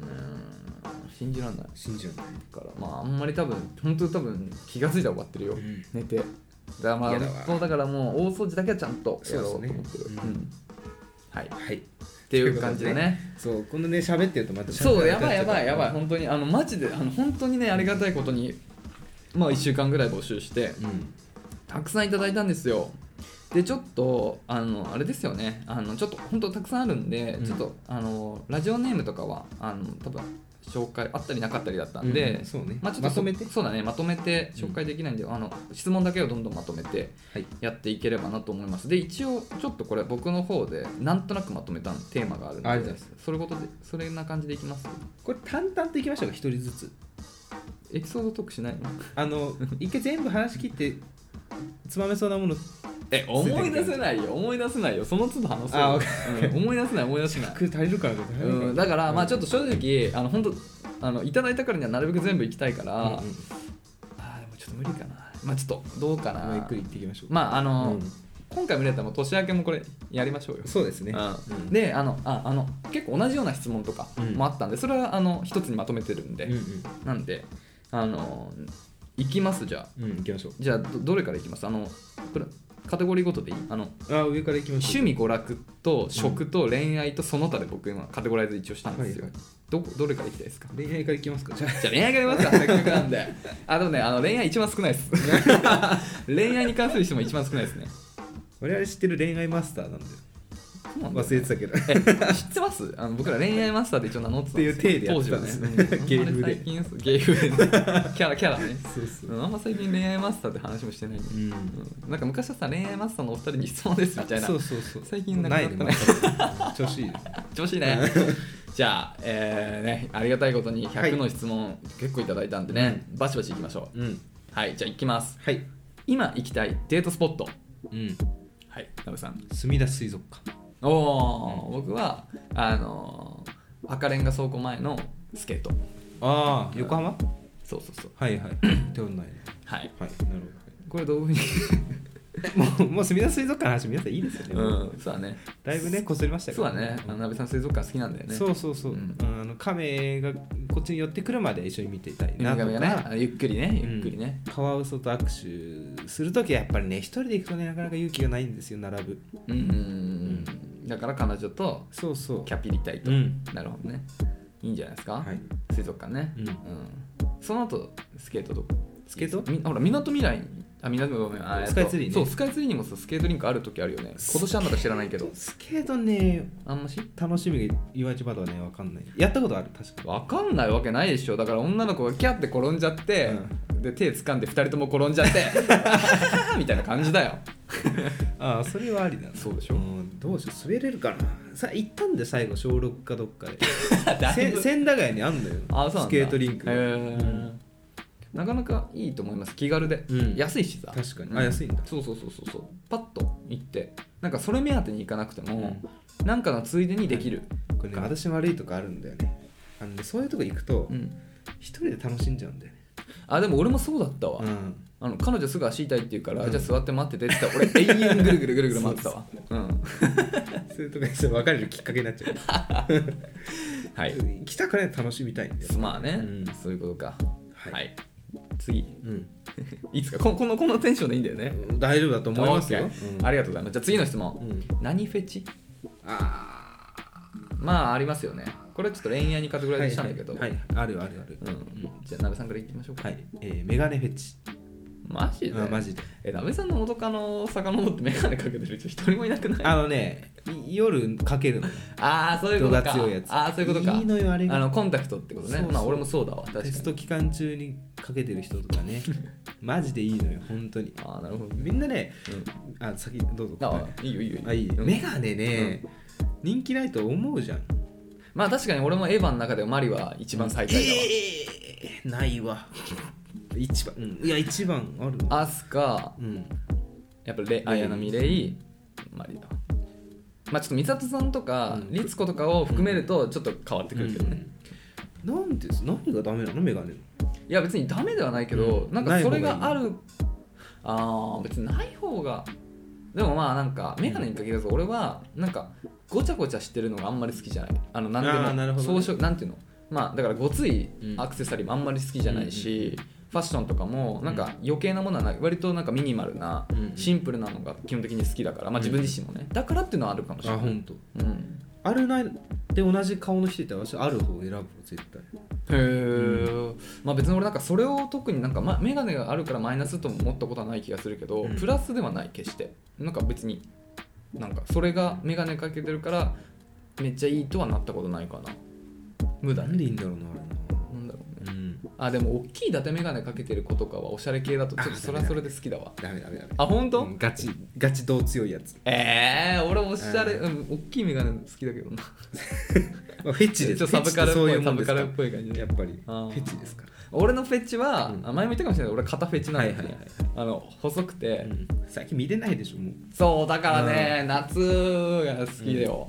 [SPEAKER 2] 信じらんない
[SPEAKER 1] 信じらんない
[SPEAKER 2] からまああんまり多分本当多分気が付いたら終わってるよ、
[SPEAKER 1] うん
[SPEAKER 2] 寝てだからま
[SPEAKER 1] 嫌
[SPEAKER 2] あ
[SPEAKER 1] だわ
[SPEAKER 2] そうだからもう大掃除だけはちゃんとやろうと思ってる
[SPEAKER 1] そうですね
[SPEAKER 2] うん
[SPEAKER 1] う
[SPEAKER 2] はいっ
[SPEAKER 1] はい
[SPEAKER 2] ていう感じでね
[SPEAKER 1] そうこのね喋ってるとまた喋
[SPEAKER 2] そう
[SPEAKER 1] れな
[SPEAKER 2] や
[SPEAKER 1] くなっ
[SPEAKER 2] ば
[SPEAKER 1] ちゃ
[SPEAKER 2] いや
[SPEAKER 1] うから
[SPEAKER 2] ばいやばい本当にあのマジであの本当にねありがたいことにまあ1週間ぐらい募集して
[SPEAKER 1] うん
[SPEAKER 2] たくさんいただいたんですよでちょっとあのあれですよねあのちょっと本当たくさんあるんで、
[SPEAKER 1] うん
[SPEAKER 2] ちょっとあのラジオネームとかはあの多分紹介あったりなかったりだったんで、
[SPEAKER 1] うんそうね
[SPEAKER 2] まあ、ちょっと
[SPEAKER 1] まとめて
[SPEAKER 2] そうだねまとめて紹介できないんで、あの質問だけをどんどんまとめて
[SPEAKER 1] はい
[SPEAKER 2] やっていければなと思いますで一応ちょっとこれ僕の方でなんとなくまとめたテーマがある
[SPEAKER 1] あり
[SPEAKER 2] の
[SPEAKER 1] がとう
[SPEAKER 2] で
[SPEAKER 1] ござい
[SPEAKER 2] それことでそれな感じでいきます
[SPEAKER 1] これ淡々といきましょうか一人ずつ
[SPEAKER 2] エピソードトークしないの
[SPEAKER 1] あ の一回全部話し切ってつまめそうなもの
[SPEAKER 2] え思い出せないよ思い出せないよその都度話そう
[SPEAKER 1] あわ
[SPEAKER 2] うん思い出せない思い出 せない
[SPEAKER 1] 足りるからじゃない
[SPEAKER 2] うん、だから、まあちょっと正直あの本当あのいただいたからにはなるべく全部行きたいから、
[SPEAKER 1] うんうん
[SPEAKER 2] あーでもちょっと無理かなまあちょっとどうかな
[SPEAKER 1] まあゆっくり行っていきましょう
[SPEAKER 2] まああの、
[SPEAKER 1] うん
[SPEAKER 2] 今回無理だったらもう年明けもこれやりましょうよ、
[SPEAKER 1] そうですね
[SPEAKER 2] うん
[SPEAKER 1] うん
[SPEAKER 2] であのああの結構同じような質問とか
[SPEAKER 1] うん
[SPEAKER 2] もあったんで、それはあの一つにまとめてるんで、
[SPEAKER 1] うんうん
[SPEAKER 2] なんであの行きますじゃあ
[SPEAKER 1] うん行きましょう
[SPEAKER 2] じゃあどどれから行きますあのこれカテゴリーごとでいいあの
[SPEAKER 1] あ上から行きまし
[SPEAKER 2] 趣
[SPEAKER 1] ょう
[SPEAKER 2] 味娯楽と食と恋愛とその他で僕今カテゴライズ一応したんですよ、
[SPEAKER 1] はいは
[SPEAKER 2] どこどれからいきたいですか
[SPEAKER 1] 恋愛から行きますかじゃあ
[SPEAKER 2] じゃあ恋愛からいきますかせっかくなんで あでもねあの恋愛一番少ないです 恋愛に関する人も一番少ないですね
[SPEAKER 1] 我々知ってる恋愛マスターなんで
[SPEAKER 2] そうなんだよ
[SPEAKER 1] 忘れてたけど
[SPEAKER 2] え 知ってますあの僕ら恋愛マスターで一応名乗ってたんですよ
[SPEAKER 1] っていう体でやってたんですね
[SPEAKER 2] 当時はね
[SPEAKER 1] 芸風で
[SPEAKER 2] うんあんまり最近そう芸風でキャラキャラね
[SPEAKER 1] そうそ
[SPEAKER 2] うんあんま最近恋愛マスターって話もしてないんで、
[SPEAKER 1] うん
[SPEAKER 2] うんなんか昔はさ恋愛マスターのお二人に質問ですみたいな
[SPEAKER 1] そうそうそう
[SPEAKER 2] 最近なくな
[SPEAKER 1] な
[SPEAKER 2] っ
[SPEAKER 1] いね
[SPEAKER 2] たね
[SPEAKER 1] マスター調子いいね
[SPEAKER 2] 調子いいねじゃあ、えーね、ありがたいことに
[SPEAKER 1] はい
[SPEAKER 2] 100の質問、結構いただいたんでね、バシバシいきましょう
[SPEAKER 1] うん
[SPEAKER 2] はいじゃあいきます
[SPEAKER 1] はい
[SPEAKER 2] 今行きたいデートスポット
[SPEAKER 1] うん
[SPEAKER 2] はい田辺さん
[SPEAKER 1] すみだ水族館
[SPEAKER 2] おお、僕はあのー赤レンガ倉庫前のスケート
[SPEAKER 1] ああ横浜
[SPEAKER 2] そうそうそう
[SPEAKER 1] はい はい手をないね
[SPEAKER 2] はい
[SPEAKER 1] はいなるほど
[SPEAKER 2] これどういうふ
[SPEAKER 1] もう、もうすみだ水族館の話、皆さんいいですよね。
[SPEAKER 2] うにうんそうだね
[SPEAKER 1] だいぶね、こすりました
[SPEAKER 2] そうだねあの
[SPEAKER 1] ん
[SPEAKER 2] 鍋さん水族館好きなんだよね
[SPEAKER 1] そうそうそう、
[SPEAKER 2] うん
[SPEAKER 1] あの亀がこっちに寄ってくるまで一緒に見ていたいな
[SPEAKER 2] ウミ
[SPEAKER 1] とか、
[SPEAKER 2] ガメがねあのゆっくりねゆっくりね、
[SPEAKER 1] カワウソと握手するときはやっぱりね一人で行くとねなかなか勇気がないんですよ並ぶ
[SPEAKER 2] うんうんうんうんだから彼女と
[SPEAKER 1] そうそう
[SPEAKER 2] キャピリたいと、
[SPEAKER 1] うん
[SPEAKER 2] なるほどねいいんじゃないですか、
[SPEAKER 1] はい
[SPEAKER 2] 水族館ね、
[SPEAKER 1] うん
[SPEAKER 2] その後スケートと
[SPEAKER 1] スケート
[SPEAKER 2] みほらみなとみらいにあみなとごめんあえっと
[SPEAKER 1] スカイツリーね
[SPEAKER 2] そうスカイツリーにもさスケートリンクある時あるよね今年あんのか知らないけど
[SPEAKER 1] スケートね
[SPEAKER 2] あんまし
[SPEAKER 1] 楽しみが岩一まだはねわかんないやったことある確か
[SPEAKER 2] わかんないわけないでしょだから女の子がキャって転んじゃって、で手掴んで2人とも転んじゃって みたいな感じだよ
[SPEAKER 1] ああそれはありだな
[SPEAKER 2] そうでしょ
[SPEAKER 1] んどうしよう滑れるかなさ行ったんで最後小6かどっかで
[SPEAKER 2] だい
[SPEAKER 1] せ
[SPEAKER 2] ぶ
[SPEAKER 1] 千駄ヶ谷にあんだよ
[SPEAKER 2] あそうなんだ
[SPEAKER 1] スケートリンク
[SPEAKER 2] へーなかなかいいと思います気軽で、
[SPEAKER 1] うん
[SPEAKER 2] 安いしさ
[SPEAKER 1] 確かに
[SPEAKER 2] うん
[SPEAKER 1] あ安いんだ
[SPEAKER 2] そうそうそうそうそうパッと行ってなんかそれ目当てに行かなくても、なんかのついでにできる、
[SPEAKER 1] これね私悪いとこあるんだよねあのねそういうとこ行くと
[SPEAKER 2] うん
[SPEAKER 1] 一人で楽しんじゃうんだよね
[SPEAKER 2] あでも俺もそうだったわ、
[SPEAKER 1] うん
[SPEAKER 2] あの彼女すぐ足痛いって言うから、じゃあ座って待っててって言ったら俺永遠ぐるぐるぐるぐる回ってたわうん
[SPEAKER 1] そういうとこにそう別れるきっかけになっちゃう
[SPEAKER 2] はい
[SPEAKER 1] 来たから楽しみたいんだよ
[SPEAKER 2] まあね、
[SPEAKER 1] うん
[SPEAKER 2] そういうことか
[SPEAKER 1] はい
[SPEAKER 2] はい、次
[SPEAKER 1] うん
[SPEAKER 2] いいつかここのこのテンションでいいんだよね、
[SPEAKER 1] 大丈夫だと思いますよ、
[SPEAKER 2] オッケーありがとうございますじゃあ次の質問、
[SPEAKER 1] うん
[SPEAKER 2] 何フェチ
[SPEAKER 1] あ
[SPEAKER 2] まあありますよねこれちょっと恋愛にカテゴ
[SPEAKER 1] あ
[SPEAKER 2] ライズしたんだけど、
[SPEAKER 1] はいはいはいあるよあるよあるよ
[SPEAKER 2] うんじゃあ鍋さんからいきましょうか、
[SPEAKER 1] はい、えー、メガネフェチ
[SPEAKER 2] マジで
[SPEAKER 1] あマジで
[SPEAKER 2] え鍋さんの元カノを遡って眼鏡かけてる人一人もいなくない
[SPEAKER 1] あのねい夜かけるの
[SPEAKER 2] ああそういうことか
[SPEAKER 1] 人が強いやつ
[SPEAKER 2] ああそういうことか
[SPEAKER 1] いいのよあれが
[SPEAKER 2] あのコンタクトってことね
[SPEAKER 1] そうそう
[SPEAKER 2] まあ俺もそうだわ確か
[SPEAKER 1] テ
[SPEAKER 2] に
[SPEAKER 1] スト期間中にかけてる人とか ねマジでいいのよ本当に
[SPEAKER 2] ああなるほど
[SPEAKER 1] みんなねあ先どうぞ
[SPEAKER 2] あ
[SPEAKER 1] はい
[SPEAKER 2] いよいいよ
[SPEAKER 1] い、あいい
[SPEAKER 2] うん
[SPEAKER 1] メガネね、人気ないと思うじゃん
[SPEAKER 2] まあ確かに俺もエヴァの中でマリは一番最下位だわ、
[SPEAKER 1] えーないわ一番、うん、いや一番ある
[SPEAKER 2] アスカ
[SPEAKER 1] うん
[SPEAKER 2] やっぱレ綾波レイマリだわまあちょっと美里さんとか
[SPEAKER 1] うん
[SPEAKER 2] 律子とかを含めるとちょっと変わってくるけどね、
[SPEAKER 1] うんなんで何がダメなのメガネ
[SPEAKER 2] いや別にダメではないけど、
[SPEAKER 1] うん
[SPEAKER 2] なんかそれ
[SPEAKER 1] ない方
[SPEAKER 2] が
[SPEAKER 1] が
[SPEAKER 2] あ
[SPEAKER 1] いい
[SPEAKER 2] るああー別にない方がでもまあなんか眼鏡に限らず俺はなんかごちゃごちゃしてるのがあんまり好きじゃないあの
[SPEAKER 1] あー
[SPEAKER 2] 何
[SPEAKER 1] な
[SPEAKER 2] で
[SPEAKER 1] る
[SPEAKER 2] も
[SPEAKER 1] ほどね
[SPEAKER 2] 装飾なんていうのまあだからごつい
[SPEAKER 1] うん
[SPEAKER 2] アクセサリーもあんまり好きじゃないし、ファッションとかもなんか余計なものはない割となんかミニマルな
[SPEAKER 1] うん
[SPEAKER 2] シンプルなのが基本的に好きだからまあ自分自身もねだからっていうのはあるかもしれ
[SPEAKER 1] あ
[SPEAKER 2] ない、
[SPEAKER 1] 本当。
[SPEAKER 2] うん、
[SPEAKER 1] あるないで同じ顔の人いたら私ある方を選ぶ絶対
[SPEAKER 2] へえ、まあ別に俺なんかそれを特になんか、ま、眼鏡があるからマイナスとも思ったことはない気がするけど、
[SPEAKER 1] うん
[SPEAKER 2] プラスではない決してなんか別になんかそれが眼鏡かけてるからめっちゃいいとはなったことないかな無駄
[SPEAKER 1] なん
[SPEAKER 2] に
[SPEAKER 1] でいいんだろうな
[SPEAKER 2] なんだろう
[SPEAKER 1] あれ
[SPEAKER 2] ね
[SPEAKER 1] なうん
[SPEAKER 2] あでも大きい伊達眼鏡かけてる子とかはおしゃれ系だとちょっとそれはそれで好きだわ
[SPEAKER 1] ダメダメダメ
[SPEAKER 2] あ本当、
[SPEAKER 1] うんガチガチどう強いやつ
[SPEAKER 2] ええ俺おしゃれ、
[SPEAKER 1] あ
[SPEAKER 2] うん、大きい眼鏡好きだけどな
[SPEAKER 1] まあフェチ
[SPEAKER 2] ちょ
[SPEAKER 1] で
[SPEAKER 2] っ
[SPEAKER 1] す
[SPEAKER 2] とサブカルっ
[SPEAKER 1] フェチってそ
[SPEAKER 2] ぽ
[SPEAKER 1] ういう
[SPEAKER 2] い
[SPEAKER 1] も
[SPEAKER 2] サ
[SPEAKER 1] んで
[SPEAKER 2] ブ
[SPEAKER 1] すか
[SPEAKER 2] カルっぽい感じで
[SPEAKER 1] やっぱりフ
[SPEAKER 2] あー
[SPEAKER 1] ェチですから
[SPEAKER 2] 俺のフェチは、
[SPEAKER 1] うん
[SPEAKER 2] あ前も言ったかもしれないけど俺肩フェチなんだよね、
[SPEAKER 1] はいはいはい
[SPEAKER 2] あの細くて、
[SPEAKER 1] うん最近見れないでしょもう
[SPEAKER 2] そうだからね、夏が好きだよ、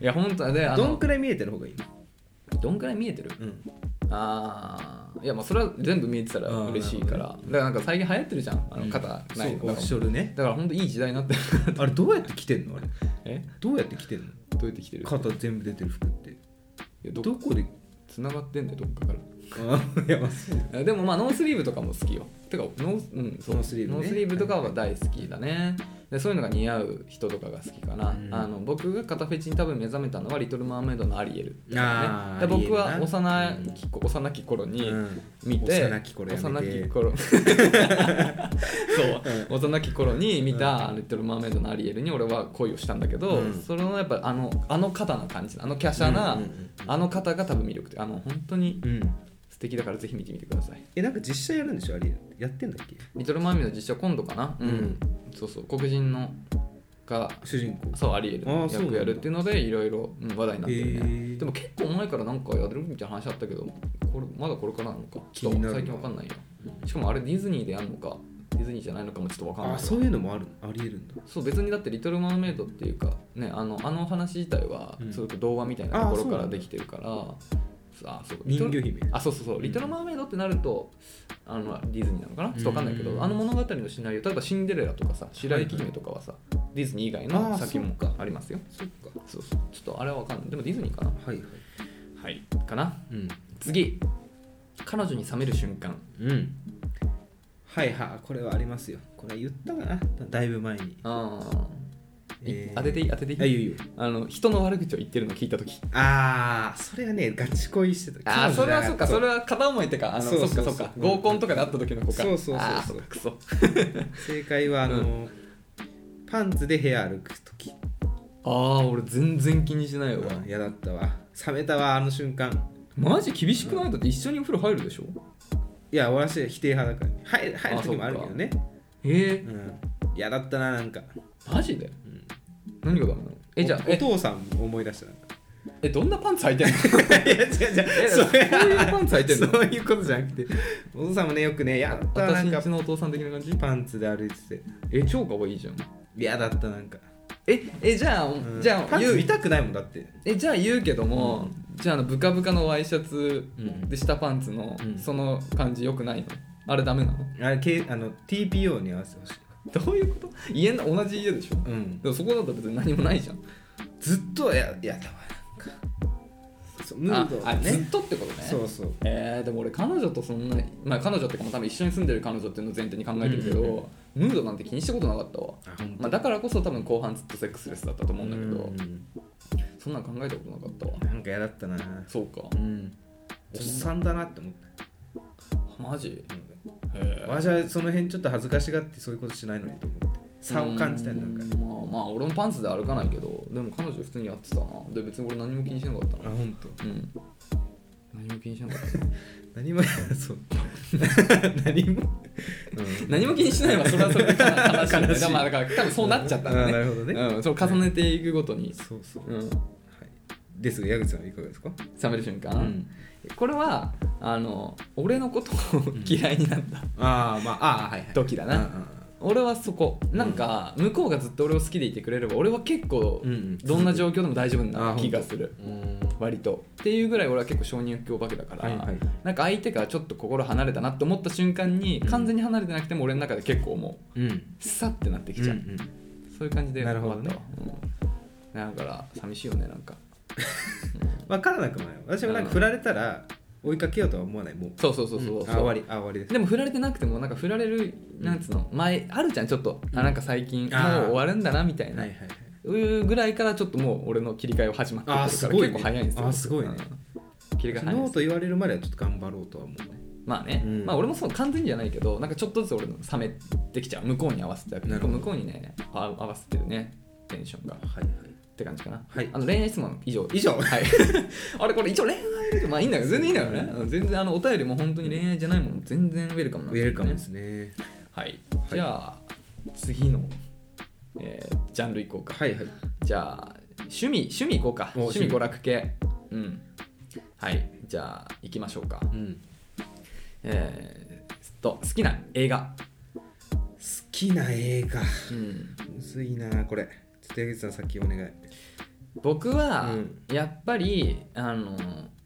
[SPEAKER 2] いや本当はねあの
[SPEAKER 1] どんくらい見えてる方がいい
[SPEAKER 2] どんくらい見えてる
[SPEAKER 1] うん
[SPEAKER 2] ああいやまあそれは全部見えてたら
[SPEAKER 1] あー
[SPEAKER 2] 嬉しいから、だからなんか最近流行ってるじゃんあの肩ないの
[SPEAKER 1] そうオ
[SPEAKER 2] だ
[SPEAKER 1] フ
[SPEAKER 2] か
[SPEAKER 1] ショルね
[SPEAKER 2] らだから本当いい時代になってる
[SPEAKER 1] あれどうやって着てんのあれ
[SPEAKER 2] え
[SPEAKER 1] どうやって着てんの
[SPEAKER 2] どうやってきてる
[SPEAKER 1] 肩全部出てる服って
[SPEAKER 2] いやど
[SPEAKER 1] どこで
[SPEAKER 2] つながってんだよどっかから
[SPEAKER 1] あーいやまあそう
[SPEAKER 2] えでもまあノースリーブとかも好きよてかノー,、うん、そう
[SPEAKER 1] ノースリーブね
[SPEAKER 2] ノースリーブとかは大好きだねでそういうのが似合う人とかが好きかな、
[SPEAKER 1] うん
[SPEAKER 2] あの僕が肩フェチに多分目覚めたのは「リトル・マーメイド」のアリエル、ね
[SPEAKER 1] あ、ー
[SPEAKER 2] で僕
[SPEAKER 1] アリエ
[SPEAKER 2] は
[SPEAKER 1] ルな
[SPEAKER 2] 幼いきこ幼き頃に
[SPEAKER 1] うん
[SPEAKER 2] 見て、
[SPEAKER 1] 幼き頃やめて
[SPEAKER 2] 幼き 頃そう幼き頃に見た「リトル・マーメイド」のアリエルに俺は恋をしたんだけど、
[SPEAKER 1] うん
[SPEAKER 2] それのやっぱあのあの肩の感じあの華奢な、
[SPEAKER 1] うんうんうん
[SPEAKER 2] あの肩が多分魅力的あの本当に
[SPEAKER 1] うん
[SPEAKER 2] 素敵だからぜひ見てみてください
[SPEAKER 1] えなんか実写やるんでしょあれやってんだっけ
[SPEAKER 2] リトル・マーメイド実写今度かな、うん
[SPEAKER 1] うん
[SPEAKER 2] そうそう黒人のが
[SPEAKER 1] 主人公
[SPEAKER 2] そうアリエルの
[SPEAKER 1] あーそうなん
[SPEAKER 2] 役
[SPEAKER 1] だ
[SPEAKER 2] やるっていうのでいろいろうん話題になってる
[SPEAKER 1] へ
[SPEAKER 2] ね
[SPEAKER 1] ー
[SPEAKER 2] でも結構前からなんかやるみたいな話あったけどこれまだこれからなのかちょっ
[SPEAKER 1] 気に
[SPEAKER 2] と
[SPEAKER 1] なるな
[SPEAKER 2] 最近わかんないよしかもあれディズニーでやるのかディズニーじゃないのかもちょっとわかんない
[SPEAKER 1] あそういうのもあるありえるんだ
[SPEAKER 2] そう別にだって「リトル・マーメイド」っていうかねあのあの話自体は
[SPEAKER 1] うん
[SPEAKER 2] すごく童話みたいなところ
[SPEAKER 1] あ
[SPEAKER 2] か
[SPEAKER 1] ーそうな
[SPEAKER 2] ら
[SPEAKER 1] んだ
[SPEAKER 2] できてるから、あそう
[SPEAKER 1] 人魚姫
[SPEAKER 2] あそうそうそう「リトル・マーメイド」ってなるとあのディズニーなのかなちょっと分かんないけ
[SPEAKER 1] う
[SPEAKER 2] ど
[SPEAKER 1] ん
[SPEAKER 2] あの物語のシナリオ例えば「シンデレラ」とかさ「白雪姫」とかはさ、ディズニー以外
[SPEAKER 1] あ
[SPEAKER 2] の
[SPEAKER 1] ー
[SPEAKER 2] 先
[SPEAKER 1] そ
[SPEAKER 2] も
[SPEAKER 1] っか
[SPEAKER 2] ありますよ
[SPEAKER 1] そっか
[SPEAKER 2] そうそうちょっとあれは分かんないでもディズニーかな
[SPEAKER 1] はいはい
[SPEAKER 2] はいかな
[SPEAKER 1] うん
[SPEAKER 2] 次彼女に冷める瞬間
[SPEAKER 1] うんはいはいこれはありますよこれ言ったかなだいぶ前に
[SPEAKER 2] あー、い
[SPEAKER 1] えー
[SPEAKER 2] 当てていい当てていい
[SPEAKER 1] あいいよいいよ
[SPEAKER 2] あの人の悪口を言ってるの聞いた時
[SPEAKER 1] あーそれはねガチ恋してた
[SPEAKER 2] あーそれはそっかそれ
[SPEAKER 1] は
[SPEAKER 2] は片思いってかあの
[SPEAKER 1] そう
[SPEAKER 2] そ
[SPEAKER 1] そう
[SPEAKER 2] っ
[SPEAKER 1] そう
[SPEAKER 2] かそっか
[SPEAKER 1] うん
[SPEAKER 2] 合コンとかで会った時の子か
[SPEAKER 1] そうそうそうそう
[SPEAKER 2] あーっかクソ
[SPEAKER 1] 正解はあの、パンツで部屋歩く時
[SPEAKER 2] ああ俺全然気にしないわ
[SPEAKER 1] うん嫌だったわ冷めたわあの瞬間
[SPEAKER 2] マジ厳しくないだって一緒にお風呂入るでしょ
[SPEAKER 1] いや私は否定派だから入る入る時もあるけどね
[SPEAKER 2] え
[SPEAKER 1] うん嫌だったななんか、
[SPEAKER 2] ー、マジで
[SPEAKER 1] うん
[SPEAKER 2] 何がダメなのえじゃあ
[SPEAKER 1] おお
[SPEAKER 2] え
[SPEAKER 1] 父さん思い出したなんか
[SPEAKER 2] えどんなパンツ履いてんの
[SPEAKER 1] いや違う違
[SPEAKER 2] え
[SPEAKER 1] う そ
[SPEAKER 2] そう
[SPEAKER 1] れ
[SPEAKER 2] いうパンツ履い てんの
[SPEAKER 1] そういうことじゃなくてお父さんもねよくねやったな
[SPEAKER 2] 私
[SPEAKER 1] ん
[SPEAKER 2] ん
[SPEAKER 1] か
[SPEAKER 2] ちのお父さん的な感じ
[SPEAKER 1] パンツで歩いてて
[SPEAKER 2] え超かわいいじゃん
[SPEAKER 1] 嫌だったなんか、
[SPEAKER 2] ええじゃあ、
[SPEAKER 1] うん
[SPEAKER 2] じゃ
[SPEAKER 1] パ
[SPEAKER 2] あ
[SPEAKER 1] ン
[SPEAKER 2] 言
[SPEAKER 1] ツ
[SPEAKER 2] う
[SPEAKER 1] 見たくないもんだって
[SPEAKER 2] えじゃあ言うけども、じゃああのブカブカのワイシャツ
[SPEAKER 1] うん
[SPEAKER 2] で下パンツの、
[SPEAKER 1] うん
[SPEAKER 2] その感じよくないのあれダメなの
[SPEAKER 1] あれけあの TPO に合わせてほしい
[SPEAKER 2] どういうこと家の同じ家でしょ
[SPEAKER 1] うん
[SPEAKER 2] でもそこだったら別に何もないじゃん
[SPEAKER 1] ずっといやいやだわなんかそうムード
[SPEAKER 2] あ
[SPEAKER 1] が
[SPEAKER 2] あず
[SPEAKER 1] ね
[SPEAKER 2] っとってことね
[SPEAKER 1] そうそう
[SPEAKER 2] えー、でも俺彼女とそんなまあ彼女っていうかまあ多分一緒に住んでる彼女っていうのを前提に考えてるけど、
[SPEAKER 1] うんうんう
[SPEAKER 2] ムードなんて気にしたことなかったわ、
[SPEAKER 1] あ本
[SPEAKER 2] まあ、だからこそ多分後半ずっとセックスレスだったと思うんだけど、
[SPEAKER 1] うん
[SPEAKER 2] そんなの考えたことなかったわ
[SPEAKER 1] なんか嫌だったな
[SPEAKER 2] そうか
[SPEAKER 1] うんおっさんだなって思った
[SPEAKER 2] マジ
[SPEAKER 1] うん
[SPEAKER 2] へえ
[SPEAKER 1] 私はその辺ちょっと恥ずかしがってそういうことしないのにと思って差を感じたよなんか
[SPEAKER 2] うんまあまあ俺もパンツで歩かないけどでも彼女普通にやってたなで別に俺何も気にしなかった
[SPEAKER 1] あ
[SPEAKER 2] な
[SPEAKER 1] 本当。
[SPEAKER 2] うん何も気にしなかった
[SPEAKER 1] 何も そう何も、うん
[SPEAKER 2] 何も気にしないわそれはそれで悲しい,、ね、
[SPEAKER 1] 悲しい
[SPEAKER 2] まあだから多分そうなっちゃったん
[SPEAKER 1] あー
[SPEAKER 2] だね
[SPEAKER 1] なるほどね、
[SPEAKER 2] うん、そう重ねていくごとに、
[SPEAKER 1] そうそう、
[SPEAKER 2] う
[SPEAKER 1] はい、
[SPEAKER 2] ん、
[SPEAKER 1] ですが矢口さんはいかがですか
[SPEAKER 2] 冷める瞬間、これはあの俺のことを嫌いになった
[SPEAKER 1] ああまあああはいはい
[SPEAKER 2] 時だ
[SPEAKER 1] う
[SPEAKER 2] な、
[SPEAKER 1] んうん
[SPEAKER 2] 俺はそこなんか向こうがずっと俺を好きでいてくれれば俺は結構
[SPEAKER 1] うんうん
[SPEAKER 2] どんな状況でも大丈夫
[SPEAKER 1] あ
[SPEAKER 2] な
[SPEAKER 1] ー
[SPEAKER 2] 気がする
[SPEAKER 1] うん
[SPEAKER 2] 割とっていうぐらい俺は結構承認欲求お化けだから、
[SPEAKER 1] はいはい
[SPEAKER 2] なんか相手がちょっと心離れたなって思った瞬間に
[SPEAKER 1] うん
[SPEAKER 2] 完全に離れてなくても俺の中で結構も
[SPEAKER 1] うん
[SPEAKER 2] うさってなってきちゃう、
[SPEAKER 1] うんうん
[SPEAKER 2] そういう感じで
[SPEAKER 1] なるほどね
[SPEAKER 2] 終わったわうん、だから寂しいよねなんか、うん
[SPEAKER 1] 分からなくもない私もなんか振られたら追いかけようとは思わないもう
[SPEAKER 2] そうそうそうそう、
[SPEAKER 1] んあ終わりあ終わりです
[SPEAKER 2] でも振られてなくてもなんか振られるなんつうの前あるじゃんちょっとあなんか最近もう
[SPEAKER 1] あー
[SPEAKER 2] 終わるんだなみたいな、
[SPEAKER 1] はい
[SPEAKER 2] い
[SPEAKER 1] はいはいう
[SPEAKER 2] ぐらいからちょっともう俺の切り替えを始まってくるから
[SPEAKER 1] あーすごいね
[SPEAKER 2] 結構早いんですよ
[SPEAKER 1] あーすごいね
[SPEAKER 2] うん切り替え
[SPEAKER 1] 昨
[SPEAKER 2] 早いんで
[SPEAKER 1] 日
[SPEAKER 2] すよ
[SPEAKER 1] と言われるまではちょっと頑張ろうとは思うね
[SPEAKER 2] まあね、
[SPEAKER 1] うん
[SPEAKER 2] まあ俺もそう完全にじゃないけどなんかちょっとずつ俺の冷めてきちゃう向こうに合わせて
[SPEAKER 1] なるほど
[SPEAKER 2] 向こうにねあ合わせてるねテンションがっ
[SPEAKER 1] はいはい
[SPEAKER 2] て感じかな、
[SPEAKER 1] はい
[SPEAKER 2] あの恋愛質問以上
[SPEAKER 1] 以上
[SPEAKER 2] はい あれこれ一応恋愛まあいいんだけど全然いいんだよねうん全然あのお便りも本当に恋愛じゃないもん全然ウェルカムなん
[SPEAKER 1] ウェルカム
[SPEAKER 2] ね
[SPEAKER 1] ですね
[SPEAKER 2] はい、じゃあ次の、えージャンルいこうか、
[SPEAKER 1] はいはい
[SPEAKER 2] じゃあ趣味趣味いこうか
[SPEAKER 1] お
[SPEAKER 2] 趣味娯楽系うんはいじゃあ行きましょうか
[SPEAKER 1] うん
[SPEAKER 2] えー、っと好きな映画
[SPEAKER 1] 好きな映画
[SPEAKER 2] うん
[SPEAKER 1] むずいなこれちょっと矢口さん先お願い
[SPEAKER 2] 僕は
[SPEAKER 1] うん
[SPEAKER 2] やっぱり、あの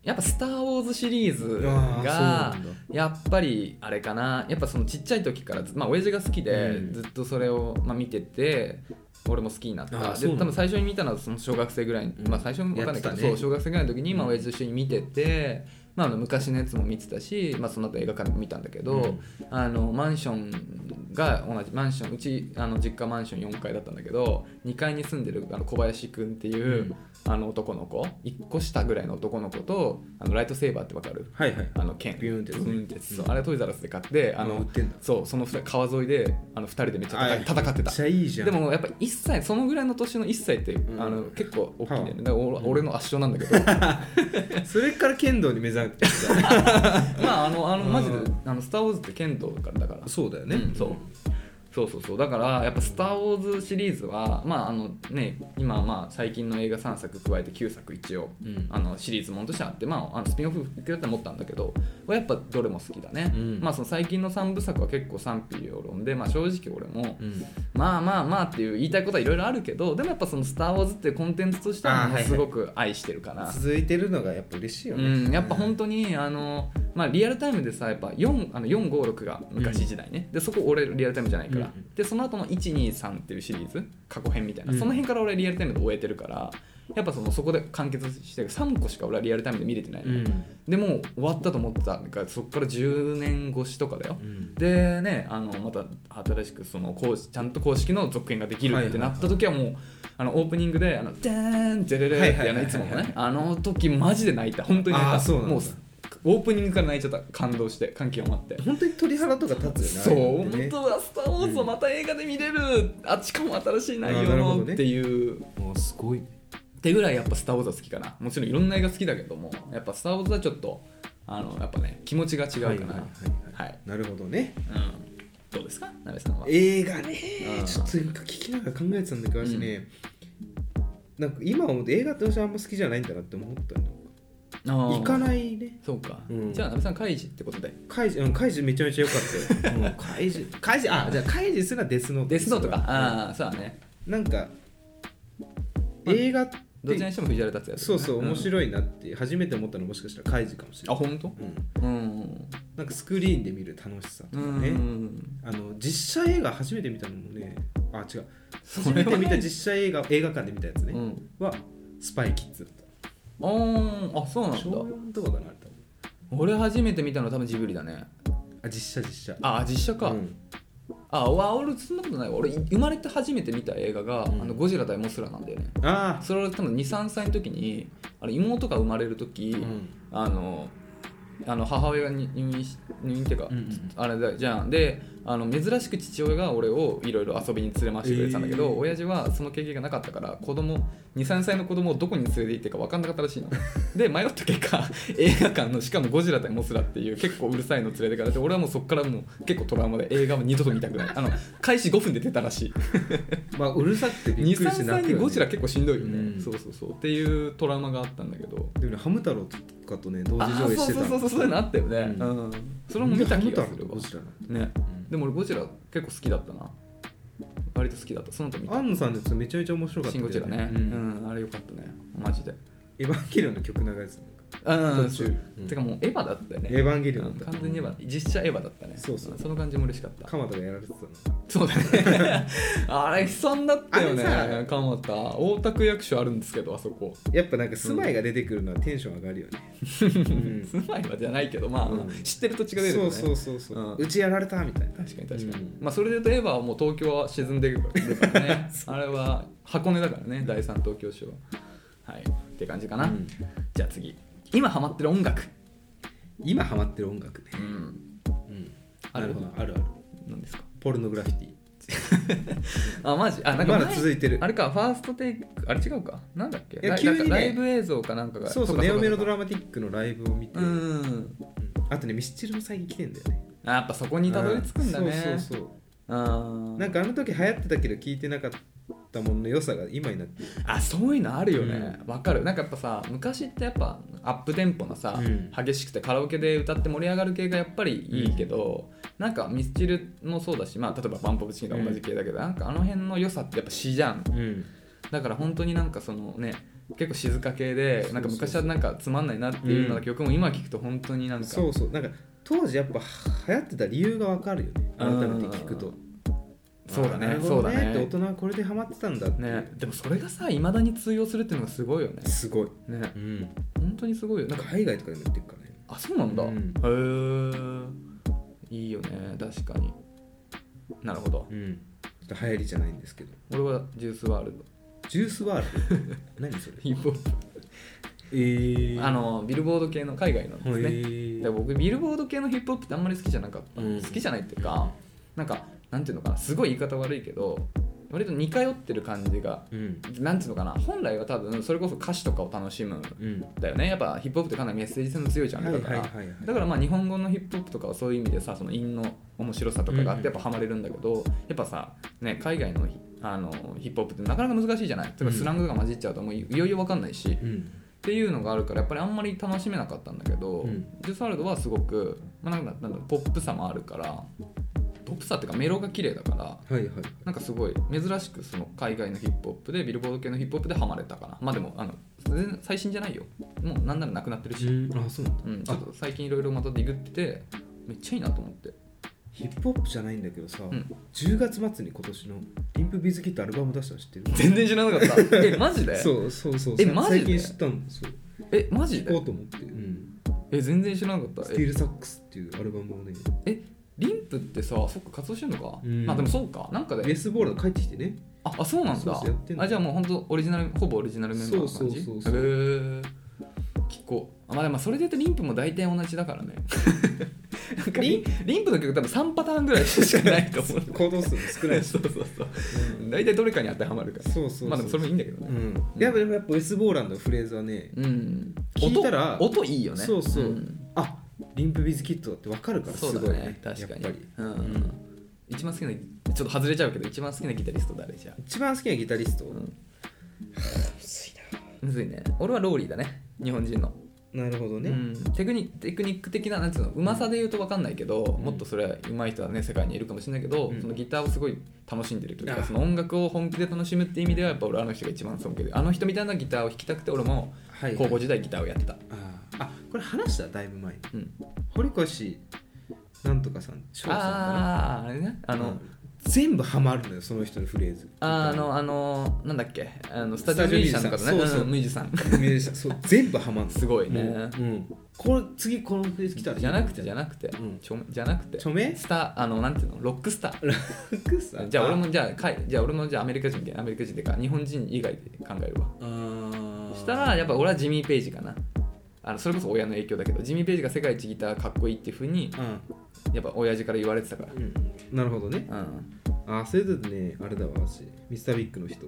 [SPEAKER 2] やっぱ「スター・ウォーズ」シリーズ
[SPEAKER 1] あー
[SPEAKER 2] が
[SPEAKER 1] そうなんだ
[SPEAKER 2] やっぱりあれかなやっぱそのちっちゃい時からずまあ親父が好きで
[SPEAKER 1] うん
[SPEAKER 2] ずっとそれを、まあ、見てて俺も好きになった
[SPEAKER 1] あーそ
[SPEAKER 2] で
[SPEAKER 1] うなんだ
[SPEAKER 2] 多分最初に見たのはその小学生ぐらい、
[SPEAKER 1] うん
[SPEAKER 2] まあ最初も分かんないけ
[SPEAKER 1] やっ
[SPEAKER 2] ど、
[SPEAKER 1] てたね
[SPEAKER 2] そう小学生ぐらいの時に、ま
[SPEAKER 1] う
[SPEAKER 2] あ、
[SPEAKER 1] ん
[SPEAKER 2] 親父と一緒に見てて、まあ、あの昔のやつも見てたし、まあ、その後映画館も見たんだけど、
[SPEAKER 1] うん
[SPEAKER 2] あのマンションが同じマンションうちあの実家マンション4階だったんだけど2階に住んでるあの小林くんっていう、あの男の子1個下ぐらいの男の子とあのライトセーバーって分かる
[SPEAKER 1] はいはい
[SPEAKER 2] あの剣
[SPEAKER 1] ビューンってやつね
[SPEAKER 2] ビューンってやつそう
[SPEAKER 1] うん
[SPEAKER 2] あれはトイザらスで買ってあ
[SPEAKER 1] あの売っ
[SPEAKER 2] の
[SPEAKER 1] てんだ
[SPEAKER 2] そうその二人川沿いであの2人でめっちゃ戦い戦って
[SPEAKER 1] め
[SPEAKER 2] た
[SPEAKER 1] っちゃいいじゃん
[SPEAKER 2] でもやっぱ1歳そのぐらいの年の1歳って、
[SPEAKER 1] うん
[SPEAKER 2] あの結構大きいんだよ
[SPEAKER 1] は
[SPEAKER 2] ねだから俺俺の圧勝なんだけど
[SPEAKER 1] それから剣道に目覚めて
[SPEAKER 2] まああのあのマジで
[SPEAKER 1] うん
[SPEAKER 2] 「あのスター・ウォーズ」って剣道からだから
[SPEAKER 1] そうだよね、
[SPEAKER 2] うんそうそうそうそうだからやっぱ「スター・ウォーズ」シリーズはまああのね今まあ最近の映画3作加えて9作一応
[SPEAKER 1] うん
[SPEAKER 2] あのシリーズもんとしてあって、まあ、あのスピンオフだったら持ったんだけどやっぱどれも好きだね、
[SPEAKER 1] うん
[SPEAKER 2] まあその最近の3部作は結構賛否両論で、まあ、正直俺も、
[SPEAKER 1] うん
[SPEAKER 2] まあまあまあっていう言いたいことはいろいろあるけどでもやっぱその「スター・ウォーズ」っていうコンテンツとしては
[SPEAKER 1] あーはい
[SPEAKER 2] もう
[SPEAKER 1] はい
[SPEAKER 2] すごく愛してるかな、
[SPEAKER 1] 続いてるのがやっぱ嬉しいよ
[SPEAKER 2] う
[SPEAKER 1] ね、
[SPEAKER 2] ん、やっぱ本当にあの、まあ、リアルタイムでさやっぱ4あの456が昔時代ね、でそこ俺リアルタイムじゃないから、
[SPEAKER 1] うんうん
[SPEAKER 2] でその後の123っていうシリーズ過去編みたいな、
[SPEAKER 1] うん
[SPEAKER 2] その辺から俺リアルタイムで終えてるからやっぱそのそこで完結してる3個しか俺はリアルタイムで見れてないの、
[SPEAKER 1] うん
[SPEAKER 2] でもう終わったと思ってたからそこから10年越しとかだよ、
[SPEAKER 1] うん
[SPEAKER 2] でねあのまた新しくその公式ちゃんと公式の続編ができるってなった時はもう、あのオープニングで「あのダーンジェレレ」ってやるのいつもの
[SPEAKER 1] はいはいはいはい
[SPEAKER 2] ねあの時マジで泣いた本当に泣い
[SPEAKER 1] あー
[SPEAKER 2] た
[SPEAKER 1] そうなんだ
[SPEAKER 2] もうオープニングから泣いちゃった感動して感極まって。
[SPEAKER 1] 本当に鳥肌とか立つ
[SPEAKER 2] そ
[SPEAKER 1] よ
[SPEAKER 2] う
[SPEAKER 1] ねああいのって
[SPEAKER 2] 本
[SPEAKER 1] ね
[SPEAKER 2] 当は「スター・ウォーズ」をまた映画で見れる、あしかも新しい内
[SPEAKER 1] あーな
[SPEAKER 2] 容
[SPEAKER 1] るほ
[SPEAKER 2] の
[SPEAKER 1] どね
[SPEAKER 2] っていう、
[SPEAKER 1] あすごい
[SPEAKER 2] ってぐらいやっぱ「スター・ウォーズ」は好きかなもちろんいろんな映画好きだけどもやっぱ「スター・ウォーズ」はちょっとあのやっぱね気持ちが違うかな
[SPEAKER 1] はいはい
[SPEAKER 2] は
[SPEAKER 1] はいはい
[SPEAKER 2] い、
[SPEAKER 1] なるほどね
[SPEAKER 2] うん、どうですか鍋さんは
[SPEAKER 1] 映画ね
[SPEAKER 2] うん
[SPEAKER 1] ちょっとなんか聞きながら考えてたんだけど私ね、なんか今思うと映画って私あんま好きじゃないんだなって思ったの行か
[SPEAKER 2] い
[SPEAKER 1] ないね
[SPEAKER 2] そうか、
[SPEAKER 1] うん
[SPEAKER 2] じゃあ鍋さん開示ってことで
[SPEAKER 1] カイジ、うん、カイジめちゃめちゃ良かったよ。もう カイジ、カイジ、あ、じゃあカイジすらデスノート。
[SPEAKER 2] デスノートか
[SPEAKER 1] うん
[SPEAKER 2] ああそうだね
[SPEAKER 1] なんか、
[SPEAKER 2] まあ
[SPEAKER 1] 映画って、
[SPEAKER 2] どちらにしても藤原竜也だよね
[SPEAKER 1] そうそう、面
[SPEAKER 2] い、
[SPEAKER 1] 白いなって、初めて思ったのもしかしたらカイジかもしれ
[SPEAKER 2] あ
[SPEAKER 1] ない。
[SPEAKER 2] 本当
[SPEAKER 1] うん、
[SPEAKER 2] うん
[SPEAKER 1] なんかスクリーンで見る楽しさと
[SPEAKER 2] う
[SPEAKER 1] か
[SPEAKER 2] ん、
[SPEAKER 1] ね。あの実写映画初めて見たのもね、あ、違う。
[SPEAKER 2] そ
[SPEAKER 1] 初め
[SPEAKER 2] れは
[SPEAKER 1] て見た
[SPEAKER 2] ね
[SPEAKER 1] 実写映画、映画館で見たやつ
[SPEAKER 2] う
[SPEAKER 1] ね、
[SPEAKER 2] ん
[SPEAKER 1] は、スパイキッズだった。
[SPEAKER 2] あーあそうなん
[SPEAKER 1] 小
[SPEAKER 2] だ
[SPEAKER 1] 4とかかなあれ多分
[SPEAKER 2] 俺初めて見たのは多分ジブリだね
[SPEAKER 1] あ実写実写
[SPEAKER 2] あ実写か、
[SPEAKER 1] うん
[SPEAKER 2] あわ俺そんなことないわ俺生まれて初めて見た映画が「
[SPEAKER 1] うん
[SPEAKER 2] あのゴジラ対モスラ」なんだよね
[SPEAKER 1] あ
[SPEAKER 2] それ俺多分23歳の時にあの妹が生まれる時、
[SPEAKER 1] あ、
[SPEAKER 2] あのあの母親がに入院し入院っていうか、
[SPEAKER 1] うんうん
[SPEAKER 2] あれだじゃんであの珍しく父親が俺をいろいろ遊びに連れ回してくれてたんだけど、
[SPEAKER 1] えー
[SPEAKER 2] 親父はその経験がなかったから子供23歳の子供をどこに連れて行っていいか分かんなかったらしいので迷った結果映画館のしかも「ゴジラ対モスラ」っていう結構うるさいの連れてかれて俺はもうそこからもう結構トラウマで映画は二度と見たくないあの開始5分で出たらしい
[SPEAKER 1] まあうるさくてびっくりして泣
[SPEAKER 2] 23歳
[SPEAKER 1] く
[SPEAKER 2] に
[SPEAKER 1] よ、ね、
[SPEAKER 2] ゴジラ結構しんどいよね、
[SPEAKER 1] うん
[SPEAKER 2] そうそうそうっていうトラウマがあったんだけど
[SPEAKER 1] でもねハム太郎とかとね同時上映してた
[SPEAKER 2] あーそうそうそうそうそういうのあったよね、う
[SPEAKER 1] うん
[SPEAKER 2] それも見た気がす
[SPEAKER 1] ハム太
[SPEAKER 2] る
[SPEAKER 1] 郎と
[SPEAKER 2] わ
[SPEAKER 1] ゴジラなんて
[SPEAKER 2] ね
[SPEAKER 1] うん
[SPEAKER 2] でも俺ゴジラ結構好きだったな割と好きだったその後見た
[SPEAKER 1] 安野さんのやつめちゃめちゃ面白かった
[SPEAKER 2] シン・
[SPEAKER 1] ん
[SPEAKER 2] ゴ
[SPEAKER 1] だ
[SPEAKER 2] ジ
[SPEAKER 1] よ
[SPEAKER 2] ラねう
[SPEAKER 1] うんん、
[SPEAKER 2] あれよかったねマジで
[SPEAKER 1] エヴァンゲリオンの曲流れてた
[SPEAKER 2] うん
[SPEAKER 1] 途中うん
[SPEAKER 2] てかもうエヴァだったよね
[SPEAKER 1] エヴァンゲリオンだった
[SPEAKER 2] 完全にエヴァ実写エヴァだったね
[SPEAKER 1] そうそうん
[SPEAKER 2] その感じも嬉しかった
[SPEAKER 1] 鎌田がやられてたの
[SPEAKER 2] そう だねあれ悲惨だったよね
[SPEAKER 1] あれさ
[SPEAKER 2] 鎌田大田区役所あるんですけどあそこ
[SPEAKER 1] やっぱなんか住まいが出てくるのはテンション上がるよね、うん
[SPEAKER 2] 住まいはじゃないけどまあ、
[SPEAKER 1] うん
[SPEAKER 2] 知ってる土地が出ると
[SPEAKER 1] そ
[SPEAKER 2] ね
[SPEAKER 1] うそうそうそう、
[SPEAKER 2] う
[SPEAKER 1] うんちやられたみたいな
[SPEAKER 2] 確かに確かに、
[SPEAKER 1] うん
[SPEAKER 2] まあそれで言うとエヴァはもう東京は沈んでるか らねあれは箱根だからね第三東京市ははいって感じかな、
[SPEAKER 1] うん
[SPEAKER 2] じゃあ次今ハマってる音楽
[SPEAKER 1] 今ハマってる音楽ね、
[SPEAKER 2] うん
[SPEAKER 1] うん、
[SPEAKER 2] ある
[SPEAKER 1] なるほどあるある
[SPEAKER 2] 何ですか
[SPEAKER 1] ポルノグラフィティ
[SPEAKER 2] あマジあなんか
[SPEAKER 1] まだ
[SPEAKER 2] 前
[SPEAKER 1] 続いてる
[SPEAKER 2] あれかファーストテイクあれ違うかなんだっけ
[SPEAKER 1] いや
[SPEAKER 2] ライ
[SPEAKER 1] 急にね
[SPEAKER 2] ライブ映像かなんかが
[SPEAKER 1] そうそう
[SPEAKER 2] か
[SPEAKER 1] ネオ
[SPEAKER 2] か
[SPEAKER 1] メロドラマティックのライブを見て、
[SPEAKER 2] う
[SPEAKER 1] うん
[SPEAKER 2] ん
[SPEAKER 1] あとねミスチルも最近来てんだよね
[SPEAKER 2] あやっぱそこにたどり着くんだね
[SPEAKER 1] うんそうそうそう
[SPEAKER 2] あ
[SPEAKER 1] なんかあの時流行ってたけど聞いてなかったものの良さが今になってる
[SPEAKER 2] あそういうのあるよねわ、かるなんかやっぱさ昔ってやっぱアップテンポなさ、
[SPEAKER 1] うん
[SPEAKER 2] 激しくてカラオケで歌って盛り上がる系がやっぱりいいけど、なんかミスチルもそうだし、まあ、例えばバンポブチキンが同じ系だけど、なんかあの辺の良さってやっぱ詩じゃん
[SPEAKER 1] うん
[SPEAKER 2] だから本当になんかそのね結構静か系で
[SPEAKER 1] そう
[SPEAKER 2] なんか昔はなんかつまんないなっていうような
[SPEAKER 1] うん
[SPEAKER 2] 曲も今聞くと本当になんか、
[SPEAKER 1] そうそうなんか当時やっぱ流行ってた理由がわかるよね改めて聞くと
[SPEAKER 2] そうだ
[SPEAKER 1] あーな
[SPEAKER 2] ね
[SPEAKER 1] るほ
[SPEAKER 2] そ
[SPEAKER 1] ど
[SPEAKER 2] うだ
[SPEAKER 1] って大
[SPEAKER 2] ね
[SPEAKER 1] 人はこれでハマってたんだって、
[SPEAKER 2] ねでもそれがさいまだに通用するっていうのがすごいよね
[SPEAKER 1] すごい、
[SPEAKER 2] ね
[SPEAKER 1] うん、
[SPEAKER 2] 本当にすごいよなんか
[SPEAKER 1] 海外とかでもやってるからね
[SPEAKER 2] あそうなんだ、へえいいよね確かになるほど
[SPEAKER 1] うん流行りじゃないんですけど
[SPEAKER 2] 俺はジュースワールド
[SPEAKER 1] ジュースワー ルド何それ
[SPEAKER 2] ヒップホッ
[SPEAKER 1] えー
[SPEAKER 2] プあのビルボード系の海外のです
[SPEAKER 1] へ
[SPEAKER 2] ね、
[SPEAKER 1] ー
[SPEAKER 2] で僕ビルボード系のヒップホップってあんまり好きじゃなかった、
[SPEAKER 1] うん
[SPEAKER 2] 好きじゃないっていうかなんかなんていうのかなすごい言い方悪いけど割と似通ってる感じが
[SPEAKER 1] うん
[SPEAKER 2] なんていうのかな本来は多分それこそ歌詞とかを楽しむん
[SPEAKER 1] うん
[SPEAKER 2] だよねやっぱヒップホップってかなりメッセージ性の強いジャンルだから、
[SPEAKER 1] はいはいはいはい
[SPEAKER 2] だからまあ日本語のヒップホップとかはそういう意味でさその韻の面白さとかがあ
[SPEAKER 1] うん
[SPEAKER 2] っ
[SPEAKER 1] うん
[SPEAKER 2] てやっぱハマれるんだけど、やっぱさ、ね、海外のヒあのヒップホップってなかなか難しいじゃないとか
[SPEAKER 1] うん
[SPEAKER 2] スラングが混じっちゃうともういよいよ分かんないし、っ
[SPEAKER 1] うん
[SPEAKER 2] ていうのがあるからやっぱりあんまり楽しめなかったんだけど、
[SPEAKER 1] うん
[SPEAKER 2] ジュースワールドはすごく、まあ、なんだなんだポップさもあるからポップさっていうかメロが綺麗だから
[SPEAKER 1] はいはい
[SPEAKER 2] なんかすごい珍しくその海外のヒップホップでビルボード系のヒップホップでハマれたかなまあでもあの全然最新じゃないよもうなんならなくなってるし、
[SPEAKER 1] あそうなんだ、
[SPEAKER 2] うん、ちょっ
[SPEAKER 1] あ
[SPEAKER 2] と最近いろいろまたディグっててめっちゃいいなと思って
[SPEAKER 1] ヒップホップじゃないんだけどさ、
[SPEAKER 2] ん
[SPEAKER 1] 10月末に今年のリンプビズキットアルバム出したの知って る
[SPEAKER 2] 全然知らなかったえマジで
[SPEAKER 1] そうそうそう
[SPEAKER 2] え
[SPEAKER 1] さ
[SPEAKER 2] マジで
[SPEAKER 1] 最近知ったんですよ
[SPEAKER 2] えマジ
[SPEAKER 1] 聞こ
[SPEAKER 2] で
[SPEAKER 1] うと思って、うん、
[SPEAKER 2] え全然知らなかっ
[SPEAKER 1] ステ
[SPEAKER 2] た
[SPEAKER 1] ィー
[SPEAKER 2] え
[SPEAKER 1] ルサックスっていうアルバムをね
[SPEAKER 2] えリンプってさそっか活動してんのか、
[SPEAKER 1] うん
[SPEAKER 2] まあでもそうかなんか
[SPEAKER 1] レー
[SPEAKER 2] で
[SPEAKER 1] スボールが帰ってきてね
[SPEAKER 2] ああそうなんだ
[SPEAKER 1] そうそうやってんの
[SPEAKER 2] あじゃあもう本当オリジナルほぼオリジナルメンバーの感じ
[SPEAKER 1] そうそうそうそう
[SPEAKER 2] へー聞こうあまあでもそれで言うとリンプも大体同じだから ねなんかリンリンプの曲多分3パターンぐらいしかない と思う
[SPEAKER 1] 行動数も少ないし
[SPEAKER 2] そうそうそう大体どれかに当てはまるから
[SPEAKER 1] そうそうそう
[SPEAKER 2] まあでもそれもいいんだけどね、
[SPEAKER 1] うん、やっぱやっぱウェス・ボーランドのフレーズはね、
[SPEAKER 2] うん、
[SPEAKER 1] 聞いたら
[SPEAKER 2] 音音いいよね
[SPEAKER 1] そうそうんあリンプ・ビズ・キットだって分かるからす
[SPEAKER 2] そ
[SPEAKER 1] ご
[SPEAKER 2] う
[SPEAKER 1] い
[SPEAKER 2] だ
[SPEAKER 1] ね
[SPEAKER 2] ね確か
[SPEAKER 1] やっ
[SPEAKER 2] に
[SPEAKER 1] ぱり、
[SPEAKER 2] うん
[SPEAKER 1] うん
[SPEAKER 2] 一番好きなちょっと外れちゃうけど一番好きなギタリスト誰じゃあ
[SPEAKER 1] 一番好きなギタリスト、
[SPEAKER 2] ん むずいね俺はローリーだね日本人の、
[SPEAKER 1] なるほどね、
[SPEAKER 2] うん、テクニテクニック的ななんていうのうまさで言うと分かんないけど、もっとそれは上手い人はね世界にいるかもしれないけど、
[SPEAKER 1] うん
[SPEAKER 2] そのギターをすごい楽しんでるというか
[SPEAKER 1] あ
[SPEAKER 2] その音楽を本気で楽しむって意味ではやっぱ俺はあの人が一番尊敬であの人みたいなギターを弾きたくて俺も
[SPEAKER 1] はいはい
[SPEAKER 2] 高校時代ギターをやってた、
[SPEAKER 1] あーあこれ話しただいぶ前に
[SPEAKER 2] うん、
[SPEAKER 1] 堀越なんとかさん翔さんかな
[SPEAKER 2] あああれねあの、
[SPEAKER 1] うん全部ハマるのよその人のフレーズ
[SPEAKER 2] あのあのなんだっけあのスタジオミュージシャンの方ね
[SPEAKER 1] そうそうん
[SPEAKER 2] ミュージシャン
[SPEAKER 1] ミュージシャンそう全部ハマるの
[SPEAKER 2] すごいね
[SPEAKER 1] もううん、これ次このフレーズ来たら
[SPEAKER 2] じゃなくてじゃ
[SPEAKER 1] な
[SPEAKER 2] なくて、
[SPEAKER 1] うん
[SPEAKER 2] ちょじゃなくて
[SPEAKER 1] 著名
[SPEAKER 2] スターあのなんていうのロックスター
[SPEAKER 1] くさ
[SPEAKER 2] じゃあ俺もじゃあかいじゃあ俺もじゃあアメリカ人でアメリカ人でか日本人以外で考えるわ
[SPEAKER 1] あー
[SPEAKER 2] したらやっぱ俺はジミー・ペイジかなあのそれこそ親の影響だけどジミー・ペイジが世界一ギターかっこいいっていうふうに
[SPEAKER 1] うん
[SPEAKER 2] やっぱ親父から言われてたから
[SPEAKER 1] うんなるほどね
[SPEAKER 2] うん
[SPEAKER 1] あーそれだとねあれだわ私ミスタービッグの人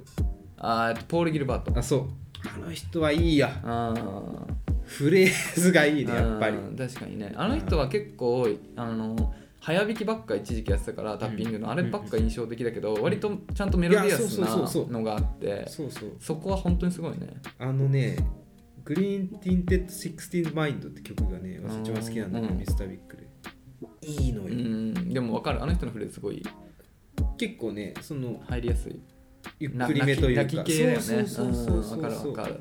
[SPEAKER 2] あーポール・ギルバート
[SPEAKER 1] あそうあの人はいいや
[SPEAKER 2] あー
[SPEAKER 1] フレーズがいいねやっぱり
[SPEAKER 2] うん確かにねあの人は結構あの早弾きばっか一時期やってたからタッピングの、
[SPEAKER 1] うん
[SPEAKER 2] あればっか印象的だけど、割とちゃんとメロディアス
[SPEAKER 1] いやそうそうそうそう
[SPEAKER 2] なのがあって
[SPEAKER 1] そうそう
[SPEAKER 2] そこは本当にすごいね
[SPEAKER 1] あのねグリーンティンテッド・シックスティーン・マインドって曲がね私一番好きなんだけど、
[SPEAKER 2] うん
[SPEAKER 1] ミスタービッグでいいの
[SPEAKER 2] う
[SPEAKER 1] よ、
[SPEAKER 2] んでも分かるあの人のフレーズすごい
[SPEAKER 1] 結構ねその
[SPEAKER 2] 入りやすい
[SPEAKER 1] ゆっ
[SPEAKER 2] な
[SPEAKER 1] くりめというか
[SPEAKER 2] 泣き泣き系だよね
[SPEAKER 1] そうそうそう
[SPEAKER 2] う
[SPEAKER 1] そ
[SPEAKER 2] ん
[SPEAKER 1] う
[SPEAKER 2] わかる
[SPEAKER 1] そう
[SPEAKER 2] わかる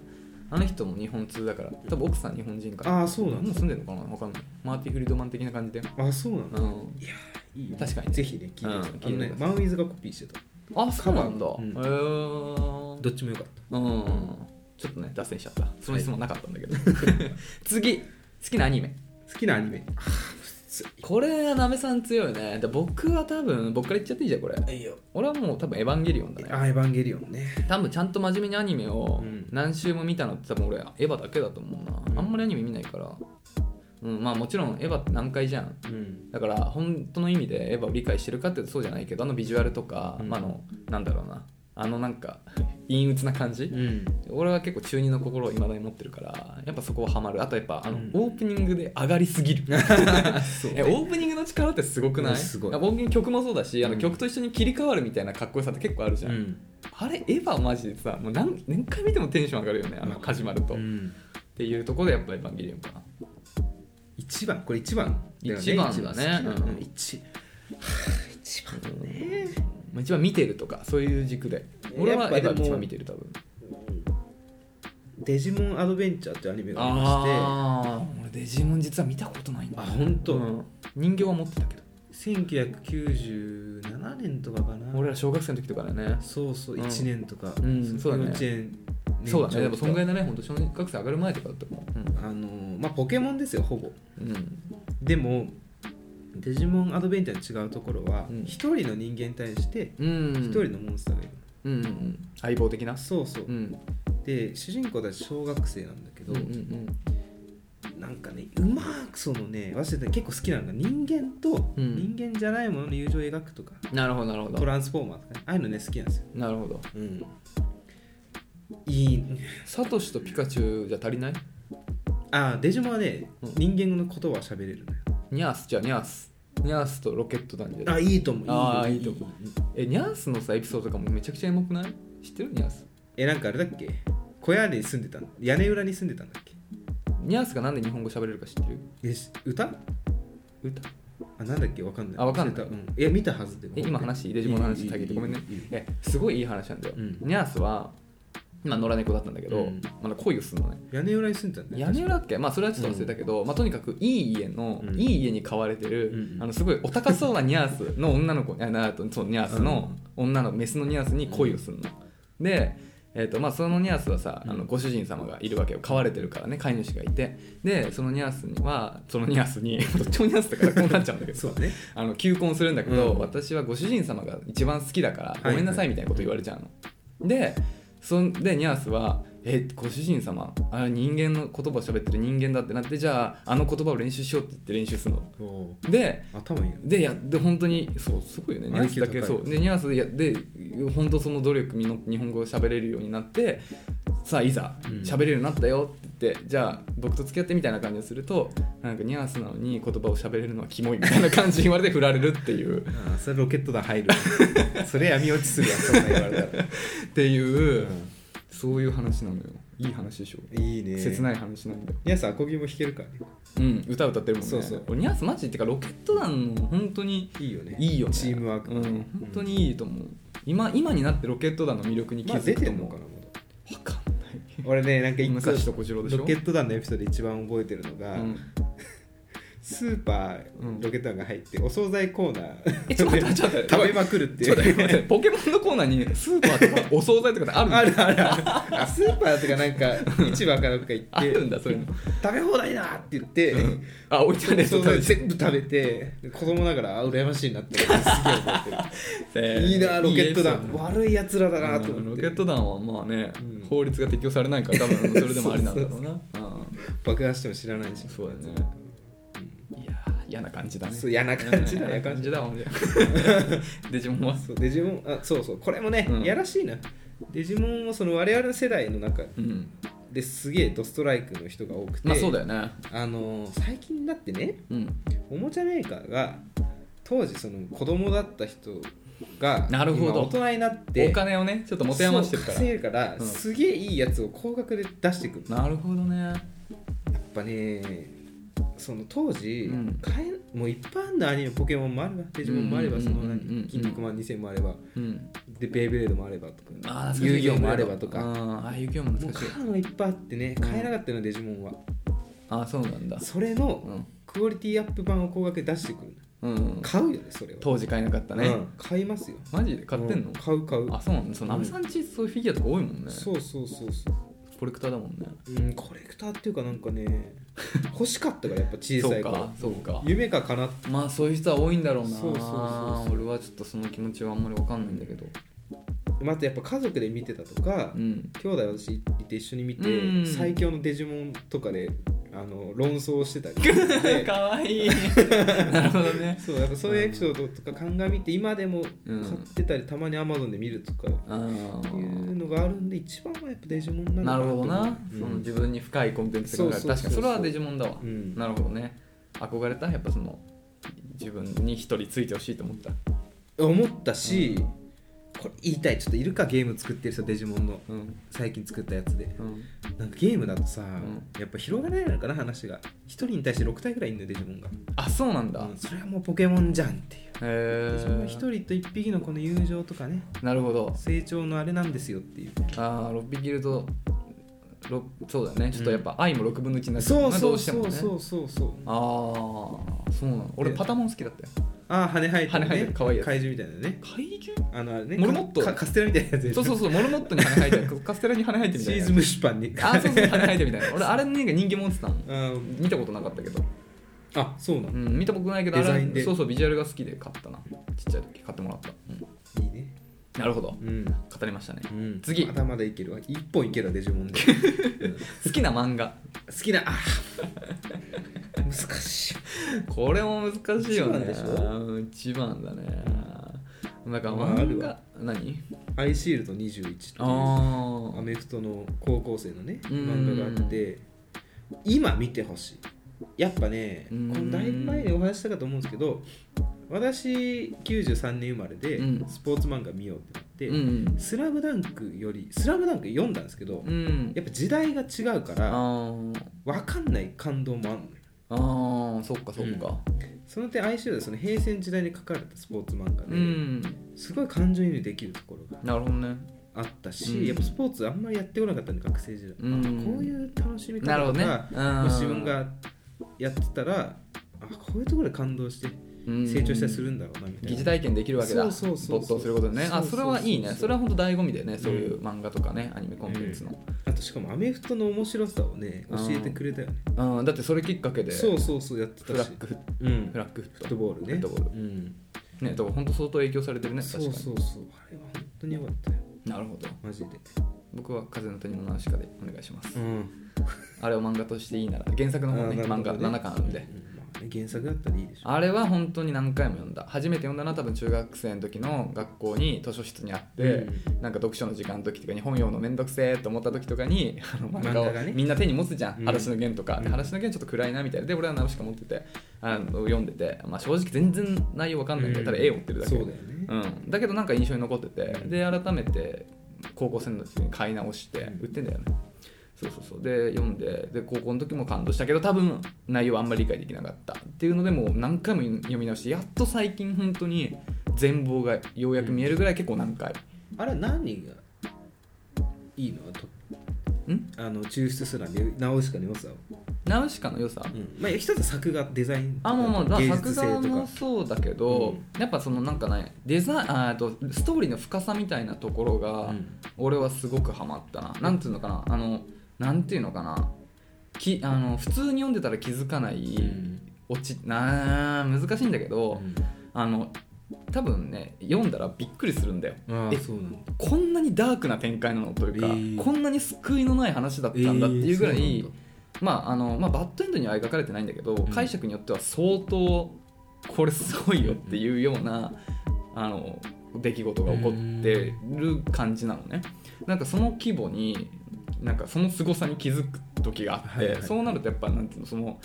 [SPEAKER 2] あの人も日本通だから多分奥さん日本人から
[SPEAKER 1] ああそうな
[SPEAKER 2] も
[SPEAKER 1] んだ
[SPEAKER 2] う住んでるのかな分かんないマーティ・フリードマン的な感じで
[SPEAKER 1] あそうなんだ
[SPEAKER 2] うん
[SPEAKER 1] いいよ
[SPEAKER 2] 確かにね
[SPEAKER 1] ぜひね聴いてほしいあ
[SPEAKER 2] うん
[SPEAKER 1] の
[SPEAKER 2] 聞い
[SPEAKER 1] ね
[SPEAKER 2] てください
[SPEAKER 1] マンウィズがコピーしてた
[SPEAKER 2] あそうなんだ
[SPEAKER 1] カ
[SPEAKER 2] へ
[SPEAKER 1] バーうん
[SPEAKER 2] えー
[SPEAKER 1] どっちもよかっ
[SPEAKER 2] うん、ちょっとね脱線しちゃったその質問なかったんだけど、 次好きなアニメ
[SPEAKER 1] た好きなアニメ
[SPEAKER 2] これなめさん強いねで僕は多分僕から言っちゃっていいじゃんこれ
[SPEAKER 1] いいよ
[SPEAKER 2] 俺はもう多分「エヴァンゲリオン」だね
[SPEAKER 1] あーエヴァンゲリオンね
[SPEAKER 2] 多分ちゃんと真面目にアニメを
[SPEAKER 1] うん
[SPEAKER 2] 何週も見たのって多分俺エヴァだけだと思うな、
[SPEAKER 1] うん
[SPEAKER 2] あんまりアニメ見ないからうんまあもちろんエヴァって難解じゃん
[SPEAKER 1] うん
[SPEAKER 2] だから本当の意味でエヴァを理解してるかっていうとそうじゃないけどあのビジュアルとか、
[SPEAKER 1] うん
[SPEAKER 2] まあ、あのなんだろうなあのなんか陰鬱な感じ、
[SPEAKER 1] うん
[SPEAKER 2] 俺は結構中二の心をいまだに持ってるからやっぱそこはハマるあとやっぱあの、
[SPEAKER 1] うん
[SPEAKER 2] オープニングで上がりすぎる
[SPEAKER 1] そう
[SPEAKER 2] えオープニングの力ってすごくな
[SPEAKER 1] う
[SPEAKER 2] い
[SPEAKER 1] んすごい
[SPEAKER 2] オープニング曲もそうだしあの
[SPEAKER 1] うん
[SPEAKER 2] 曲と一緒に切り替わるみたいなかっこよさって結構あるじゃん、
[SPEAKER 1] うん
[SPEAKER 2] あれエヴァマジでさもう何何回見てもテンション上がるよねあの始まると、
[SPEAKER 1] う
[SPEAKER 2] っ
[SPEAKER 1] ん
[SPEAKER 2] ていうところでやっぱエヴァンゲリオンかな
[SPEAKER 1] 一番これ一番だよね
[SPEAKER 2] 一番だね
[SPEAKER 1] 一番好きな
[SPEAKER 2] うん
[SPEAKER 1] の一一番だね
[SPEAKER 2] まあ一番見てるとかそういう軸で
[SPEAKER 1] え
[SPEAKER 2] 俺はエ
[SPEAKER 1] やっぱで
[SPEAKER 2] ヴァ
[SPEAKER 1] も
[SPEAKER 2] 一番見てる多分
[SPEAKER 1] デジモンアドベンチャーっていうアニメがありま
[SPEAKER 2] ああ俺デジモン実は見たことないんだ
[SPEAKER 1] あ本当
[SPEAKER 2] うん人形は持ってたけど
[SPEAKER 1] して1997年とかかな
[SPEAKER 2] 俺ら小学生の時とかだね
[SPEAKER 1] そうそう
[SPEAKER 2] うん
[SPEAKER 1] 1年とか、
[SPEAKER 2] うんそうだね
[SPEAKER 1] 幼稚園年
[SPEAKER 2] そうだね、
[SPEAKER 1] 長と
[SPEAKER 2] でも
[SPEAKER 1] か
[SPEAKER 2] そんぐらいだね、本当小学生上がる前とかだったもん。
[SPEAKER 1] あのーまあポケモンですよほぼ
[SPEAKER 2] うん。うん。
[SPEAKER 1] でもデジモンアドベンチャーの違うところは
[SPEAKER 2] うん
[SPEAKER 1] 一、人の人間に対して
[SPEAKER 2] うん。
[SPEAKER 1] 一人のモンスターがいる、
[SPEAKER 2] うんうんうん。相棒的な。
[SPEAKER 1] そうそう、
[SPEAKER 2] うん。
[SPEAKER 1] で主人公たち小学生なんだけ
[SPEAKER 2] う
[SPEAKER 1] ど、
[SPEAKER 2] んうんうん。
[SPEAKER 1] なんかねうまーくそのね私ね結構好きなのが人間と
[SPEAKER 2] うん
[SPEAKER 1] 人間じゃないものの友情を描くとか、
[SPEAKER 2] なるほど、なるほ
[SPEAKER 1] ト
[SPEAKER 2] ど。
[SPEAKER 1] ランスフォーマーとかねああいうのね好きなんですよ、
[SPEAKER 2] なるほど。
[SPEAKER 1] うん、いい
[SPEAKER 2] サトシとピカチュウじゃ足りない
[SPEAKER 1] あデジモンはね、
[SPEAKER 2] うん
[SPEAKER 1] 人間の言葉は喋れるのよ
[SPEAKER 2] ニャースじゃあニャース。ニャースとロケット団じゃない
[SPEAKER 1] あいいと思う
[SPEAKER 2] あー
[SPEAKER 1] い
[SPEAKER 2] い
[SPEAKER 1] い
[SPEAKER 2] いと
[SPEAKER 1] と思う
[SPEAKER 2] 思え、ニャースのさ、エピソードとかもめちゃくちゃエモくない知ってるニャース。
[SPEAKER 1] えなんかあれだっけ小屋に住んでたの屋根裏に住んでたんだっけ
[SPEAKER 2] ニャースがなんで日本語喋れるか知ってる
[SPEAKER 1] えし歌
[SPEAKER 2] 歌
[SPEAKER 1] あなんだっけわかんない
[SPEAKER 2] あわかんない
[SPEAKER 1] 忘れたうん、いや見たはずで
[SPEAKER 2] え今話していいデジモンの話してあげてごめんね
[SPEAKER 1] いいいいいい
[SPEAKER 2] えすごいいい話なんだよ、
[SPEAKER 1] うん
[SPEAKER 2] ニャースは今野良猫だったんだけど、
[SPEAKER 1] うん
[SPEAKER 2] まだ恋をするのね
[SPEAKER 1] 屋根裏に住んでたんだよ
[SPEAKER 2] 屋根裏っけまあそれはちょっと忘れたけど、まあ、とにかくいい家の、
[SPEAKER 1] うん
[SPEAKER 2] いい家に飼われてる、
[SPEAKER 1] うんうん
[SPEAKER 2] あのすごいお高そうなニャースの女の子あなそうニャースの女のメスのニャースに恋をするの。で、えーとまあ、そのニャースはさあのご主人様がいるわけよ飼われてるからね飼い主がいてでそのニャースにはそのニャースに どっちもニャースだからこうなっちゃうんだけど
[SPEAKER 1] そうね
[SPEAKER 2] あの求婚するんだけど、
[SPEAKER 1] うん
[SPEAKER 2] 私はご主人様が一番好きだから
[SPEAKER 1] い
[SPEAKER 2] ごめんなさいみたいなこと言われちゃうの。でそんでニャースは「えご主人様あれ人間の言葉を喋ってる人間だ」ってなってじゃああの言葉を練習しようって言って練習するの。
[SPEAKER 1] おー
[SPEAKER 2] で
[SPEAKER 1] 頭いいな
[SPEAKER 2] でやで本当にそうすごいよねニャースだけ
[SPEAKER 1] IQ 高い
[SPEAKER 2] そうでニャースでやで本当その努力にの日本語を喋れるようになってさあいざ
[SPEAKER 1] うん
[SPEAKER 2] 喋れるようになったよって言って、じゃあ僕と付き合ってみたいな感じにするとなんかニャースなのに言葉を喋れるのはキモいみたいな感じに言われて振られるって いう
[SPEAKER 1] あーそれロケット弾入る それ闇落ちするやつそんな言われたら、
[SPEAKER 2] っていう、
[SPEAKER 1] う
[SPEAKER 2] そういう話なのよいい話でしょ、
[SPEAKER 1] んいいね
[SPEAKER 2] 切ないい話なんだよ
[SPEAKER 1] 皆さんアコギも弾けるからね
[SPEAKER 2] うん歌歌ってるもんね
[SPEAKER 1] そうそう
[SPEAKER 2] 俺ニャースマジってかロケット団の本当に
[SPEAKER 1] いいよね
[SPEAKER 2] いいよね
[SPEAKER 1] チームワーク
[SPEAKER 2] うん、本当にいいと思う今今になってロケット団の魅力に気
[SPEAKER 1] まあ
[SPEAKER 2] づ
[SPEAKER 1] 出
[SPEAKER 2] く
[SPEAKER 1] て
[SPEAKER 2] と
[SPEAKER 1] んの
[SPEAKER 2] 思う
[SPEAKER 1] かなまだ
[SPEAKER 2] わかんない。
[SPEAKER 1] 俺ねなんか一
[SPEAKER 2] 武蔵と
[SPEAKER 1] 個
[SPEAKER 2] 小次郎でしょ
[SPEAKER 1] ロケット団のエピソードで一番覚えてるのが、
[SPEAKER 2] うん
[SPEAKER 1] スーパーロケット団が入ってお惣菜コーナ
[SPEAKER 2] えちょっと待ってちょっと
[SPEAKER 1] ー
[SPEAKER 2] 待って
[SPEAKER 1] 食べまくるって
[SPEAKER 2] ちょっと待
[SPEAKER 1] い
[SPEAKER 2] って
[SPEAKER 1] う
[SPEAKER 2] ポケモンのコーナーにスーパーとかお惣菜とかってあるんだ
[SPEAKER 1] あるあるあるあスーパーとかなんか市場かなんか行って
[SPEAKER 2] あるんだそういうの
[SPEAKER 1] 食べ放題だって言って、
[SPEAKER 2] あ置いてあるやつ
[SPEAKER 1] そ
[SPEAKER 2] を
[SPEAKER 1] う
[SPEAKER 2] 食べて
[SPEAKER 1] 全部食べて子供ながらあ羨ましいなってすげえ覚
[SPEAKER 2] せ
[SPEAKER 1] えてる
[SPEAKER 2] ー
[SPEAKER 1] いいなロケット団
[SPEAKER 2] いいやつ
[SPEAKER 1] 悪いやつらだ
[SPEAKER 2] だな
[SPEAKER 1] な
[SPEAKER 2] と
[SPEAKER 1] と
[SPEAKER 2] 思
[SPEAKER 1] 思
[SPEAKER 2] っ
[SPEAKER 1] ってて
[SPEAKER 2] ロケット団はまあね、
[SPEAKER 1] うん
[SPEAKER 2] 法律が適用されないから多分それでもありなんだろうな
[SPEAKER 1] 爆破しても知らないし
[SPEAKER 2] うんそうだねいやー嫌な感じだね
[SPEAKER 1] そう嫌な感じだ嫌
[SPEAKER 2] 嫌な
[SPEAKER 1] な
[SPEAKER 2] 感
[SPEAKER 1] 感
[SPEAKER 2] じ
[SPEAKER 1] じ
[SPEAKER 2] だもんね デジモンは
[SPEAKER 1] そうデジモンあそうそうこれもね、
[SPEAKER 2] うん
[SPEAKER 1] やらしいなデジモンはその我々の世代の中
[SPEAKER 2] うん
[SPEAKER 1] ですげえドストライクの人が多くて、
[SPEAKER 2] まあそうだよね
[SPEAKER 1] あのー最近だってね
[SPEAKER 2] うん
[SPEAKER 1] おもちゃメーカーが当時その子供だった人が
[SPEAKER 2] なるほど
[SPEAKER 1] 今大人になって
[SPEAKER 2] お金をねちょっと持て余してるか
[SPEAKER 1] そう稼いでるから、
[SPEAKER 2] うん
[SPEAKER 1] すげえいいやつを高額で出してくる
[SPEAKER 2] らなるほどね
[SPEAKER 1] やっぱねその当時、
[SPEAKER 2] うん
[SPEAKER 1] 買えもういっぱいあんだアニメポケモンもあればデジモンもあれば、
[SPEAKER 2] うん
[SPEAKER 1] その
[SPEAKER 2] うんうんうんうん
[SPEAKER 1] 何筋肉マン2000もあれば
[SPEAKER 2] うん
[SPEAKER 1] でベイブレードもあればとか
[SPEAKER 2] あー
[SPEAKER 1] 遊戯王もあればとか
[SPEAKER 2] ああ遊戯王も
[SPEAKER 1] もう
[SPEAKER 2] 懐かしい
[SPEAKER 1] カードがいっぱいあってね買えなかったのよデジモンは、
[SPEAKER 2] ああそうなんだ
[SPEAKER 1] それの
[SPEAKER 2] うん
[SPEAKER 1] クオリティアップ版を高額で出してくる
[SPEAKER 2] うん
[SPEAKER 1] 買うよねそれは
[SPEAKER 2] 当時買えなかったね、
[SPEAKER 1] うん買いますよ
[SPEAKER 2] マジで買ってんの、
[SPEAKER 1] う買う買う
[SPEAKER 2] あそうなんだそう
[SPEAKER 1] うん
[SPEAKER 2] 安倍さんちそういうフィギュアとか多いもんね
[SPEAKER 1] そうそうそうそう
[SPEAKER 2] コレクターだもんね
[SPEAKER 1] うん、コレクターっていうかなんかね欲しかったからやっぱ小さいから
[SPEAKER 2] そうかそうか
[SPEAKER 1] 夢かかなって
[SPEAKER 2] まあそういう人は多いんだろうな
[SPEAKER 1] そうそうそうそう
[SPEAKER 2] 俺はちょっとその気持ちはあんまりわかんないんだけど
[SPEAKER 1] またやっぱ家族で見てたとか、
[SPEAKER 2] うん
[SPEAKER 1] 兄弟私いて一緒に見て、
[SPEAKER 2] うん
[SPEAKER 1] 最強のデジモンとかであの論争してたりして
[SPEAKER 2] かわ いいなるほどね
[SPEAKER 1] そうやっぱそういうエピソードとか鑑みて今でも買ってたり、たまにアマゾンで見るとか
[SPEAKER 2] あ
[SPEAKER 1] い
[SPEAKER 2] ー
[SPEAKER 1] うのがあるんで一番はやっぱデジモンなの
[SPEAKER 2] な
[SPEAKER 1] か
[SPEAKER 2] るほどな、
[SPEAKER 1] うん
[SPEAKER 2] その自分に深いコンテンツがある
[SPEAKER 1] そうそうそうそう
[SPEAKER 2] 確かにそれはデジモンだわ、
[SPEAKER 1] うん
[SPEAKER 2] なるほどね憧れたやっぱその自分に一人ついてほしいと思った
[SPEAKER 1] 思ったし、これ言いたいちょっといるかゲーム作ってる人デジモンの
[SPEAKER 2] うん
[SPEAKER 1] 最近作ったやつで
[SPEAKER 2] うん
[SPEAKER 1] なんかゲームだとさ、
[SPEAKER 2] ん
[SPEAKER 1] やっぱ広がらないのかな話が1人に対して6体ぐらいいるのよデジモンが、
[SPEAKER 2] あそうなんだ、
[SPEAKER 1] うんそれはもうポケモンじゃんっていう
[SPEAKER 2] へ
[SPEAKER 1] その
[SPEAKER 2] え
[SPEAKER 1] 一人と一匹のこの友情とかね
[SPEAKER 2] なるほど
[SPEAKER 1] 成長のあれなんですよっていう
[SPEAKER 2] ああ6匹いるとろそうだよねちょっとやっぱ愛も6分の1になっちゃ
[SPEAKER 1] そ
[SPEAKER 2] うな
[SPEAKER 1] うそうそ
[SPEAKER 2] ど
[SPEAKER 1] うう
[SPEAKER 2] しても
[SPEAKER 1] そ
[SPEAKER 2] ね
[SPEAKER 1] うそうそう
[SPEAKER 2] ああそうなの俺
[SPEAKER 1] で
[SPEAKER 2] パタモン好きだったよ
[SPEAKER 1] ああ羽生えて
[SPEAKER 2] 羽生えて
[SPEAKER 1] る
[SPEAKER 2] る
[SPEAKER 1] ね
[SPEAKER 2] 可愛いやつ
[SPEAKER 1] 怪獣みたいなね
[SPEAKER 2] 怪
[SPEAKER 1] あのあれね
[SPEAKER 2] モルモット
[SPEAKER 1] かかカステラみたいなやつでし
[SPEAKER 2] そ
[SPEAKER 1] ょ
[SPEAKER 2] うそうそうモルモットに羽生えて るカステラに羽生えてるみ
[SPEAKER 1] チ
[SPEAKER 2] たい
[SPEAKER 1] ー
[SPEAKER 2] な
[SPEAKER 1] ズ蒸しパンに
[SPEAKER 2] あーそうそう羽生えてるみたいな俺あれなんか人気者ってたもん
[SPEAKER 1] うん
[SPEAKER 2] 見たことなかったけど、
[SPEAKER 1] あそうな
[SPEAKER 2] う
[SPEAKER 1] の
[SPEAKER 2] ん、見たことないけどあ
[SPEAKER 1] デザイン
[SPEAKER 2] れ
[SPEAKER 1] で
[SPEAKER 2] そうそうビジュアルが好きで買ったなちっちゃい時買ってもらった、う
[SPEAKER 1] いいね
[SPEAKER 2] ん、なるほど
[SPEAKER 1] うん
[SPEAKER 2] 語りましたね
[SPEAKER 1] うん、
[SPEAKER 2] 次
[SPEAKER 1] まだまだいけるわ一本いけたデジ モンで
[SPEAKER 2] 好きな 漫画
[SPEAKER 1] 好きなあー難しい
[SPEAKER 2] これも難しいよね
[SPEAKER 1] 一番でしょ
[SPEAKER 2] うん一番だねなんか
[SPEAKER 1] まああ
[SPEAKER 2] 漫
[SPEAKER 1] る
[SPEAKER 2] 画
[SPEAKER 1] わ
[SPEAKER 2] 何
[SPEAKER 1] アイシールド21っていう
[SPEAKER 2] あ
[SPEAKER 1] アメフトの高校生のね
[SPEAKER 2] うん
[SPEAKER 1] 漫画があって今見てほしいやっぱね
[SPEAKER 2] う
[SPEAKER 1] この
[SPEAKER 2] ん
[SPEAKER 1] だいぶ前にお話ししたかと思うんですけど私93年生まれで
[SPEAKER 2] うん
[SPEAKER 1] スポーツ漫画見ようって
[SPEAKER 2] ー
[SPEAKER 1] なって「
[SPEAKER 2] ん
[SPEAKER 1] スラムダンクより「スラムダンク読んだんですけど
[SPEAKER 2] うん
[SPEAKER 1] やっぱ時代が違うか
[SPEAKER 2] あ
[SPEAKER 1] ら
[SPEAKER 2] ー
[SPEAKER 1] 分かんない感動もあんのよ
[SPEAKER 2] あーそっかそっか
[SPEAKER 1] その点相性でその平成の時代に書かれたスポーツ漫画
[SPEAKER 2] うん、
[SPEAKER 1] で、すごい感情移入できるところが
[SPEAKER 2] なるほどね
[SPEAKER 1] あったし、
[SPEAKER 2] うん
[SPEAKER 1] やっぱスポーツあんまりやってこなかったんで学生時代、
[SPEAKER 2] うん
[SPEAKER 1] あこういう楽しみ
[SPEAKER 2] なる
[SPEAKER 1] 方
[SPEAKER 2] ほ
[SPEAKER 1] と
[SPEAKER 2] どね
[SPEAKER 1] か、
[SPEAKER 2] うん
[SPEAKER 1] もし自分がやってたらあこういうところで感動して
[SPEAKER 2] うん
[SPEAKER 1] 成長したりするんだろうなみたいな、
[SPEAKER 2] 疑似体験できるわけだ
[SPEAKER 1] そうそうそうそう
[SPEAKER 2] 没頭することでねあそれはい
[SPEAKER 1] そう
[SPEAKER 2] いね
[SPEAKER 1] そうそう
[SPEAKER 2] それは本当醍醐味だよねそういう漫画とかねアニメコンテンツの、
[SPEAKER 1] あとしかもアメフトの面白さをね教えてくれたよね
[SPEAKER 2] うんだってそれきっかけで
[SPEAKER 1] そうそうそうやって
[SPEAKER 2] フ
[SPEAKER 1] た
[SPEAKER 2] ラ
[SPEAKER 1] し
[SPEAKER 2] ッグフ
[SPEAKER 1] うん、
[SPEAKER 2] フラッグフ
[SPEAKER 1] フッ
[SPEAKER 2] ッ
[SPEAKER 1] ト
[SPEAKER 2] ト
[SPEAKER 1] ボールね
[SPEAKER 2] フットボー
[SPEAKER 1] うん、
[SPEAKER 2] ねだから本当相当影響されてるね
[SPEAKER 1] そ
[SPEAKER 2] 確
[SPEAKER 1] う
[SPEAKER 2] か
[SPEAKER 1] そ
[SPEAKER 2] に
[SPEAKER 1] うそうあれは本当によかったよ
[SPEAKER 2] なるほど
[SPEAKER 1] マジで
[SPEAKER 2] 僕は風の谷もナウシカでお願いします、
[SPEAKER 1] うん
[SPEAKER 2] あれを漫画としていいなら原作の方ね
[SPEAKER 1] あーなる
[SPEAKER 2] 漫
[SPEAKER 1] ほど
[SPEAKER 2] 画
[SPEAKER 1] ね
[SPEAKER 2] 7巻あるんで
[SPEAKER 1] まあね原作だったらいいでしょ
[SPEAKER 2] あれは本当に何回も読んだ初めて読んだのは多分中学生の時の学校に図書室にあって、
[SPEAKER 1] う
[SPEAKER 2] なんか読書の時間の時とかに本読むのめんどくせえと思った時とかにあの漫画
[SPEAKER 1] 漫画が
[SPEAKER 2] を
[SPEAKER 1] ね
[SPEAKER 2] みんな手に持つじゃん
[SPEAKER 1] う
[SPEAKER 2] 「
[SPEAKER 1] ん
[SPEAKER 2] 裸足の弦」とか「で
[SPEAKER 1] うん
[SPEAKER 2] 裸足の弦」ちょっと暗いなみたいなで俺は直しか持っててあの読んでて、まあ、正直全然内容わかんないんで、
[SPEAKER 1] うん
[SPEAKER 2] ただ絵を追ってるだけ
[SPEAKER 1] そうだよね
[SPEAKER 2] うん、だけどなんか印象に残ってて
[SPEAKER 1] うん
[SPEAKER 2] で改めて高校生の時に買い直して
[SPEAKER 1] うん
[SPEAKER 2] 売ってんだよね、そうそうそうで読んでで高校の時も感動したけど多分内容はあんまり理解できなかったっていうのでもう何回も読み直してやっと最近本当に全貌がようやく見えるぐらい結構何回
[SPEAKER 1] あれは何がいいのと
[SPEAKER 2] ん
[SPEAKER 1] あの抽出すらで直しかに良さを
[SPEAKER 2] ナウシカの良さ
[SPEAKER 1] うんまあ、一つは作画デザイン
[SPEAKER 2] あもうもうだ
[SPEAKER 1] 芸
[SPEAKER 2] 作
[SPEAKER 1] 術性
[SPEAKER 2] 画
[SPEAKER 1] と
[SPEAKER 2] も
[SPEAKER 1] か
[SPEAKER 2] そうだけど、やっぱそのなんかねデザインあーとストーリーの深さみたいなところが、
[SPEAKER 1] うん
[SPEAKER 2] 俺はすごくハマったななんていうのかなあのなんていうのかなきあの普通に読んでたら気づかない、落ちなー難しいんだけど、あの多分ね読んだらびっくりするんだよ
[SPEAKER 1] あ
[SPEAKER 2] え
[SPEAKER 1] あそうなの
[SPEAKER 2] こんなにダークな展開なのというか、
[SPEAKER 1] えー
[SPEAKER 2] こんなに救いのない話だったんだっていうぐらい、
[SPEAKER 1] えーそうなんだ
[SPEAKER 2] まああのまあ、バッドエンドには描かれてないんだけど、解釈によっては相当これすごいよっていうような、あの出来事が起こってる感じなのね。なんかその規模になんかその凄さに気づく時があって、
[SPEAKER 1] はいはい
[SPEAKER 2] そうなるとやっぱなんていうのその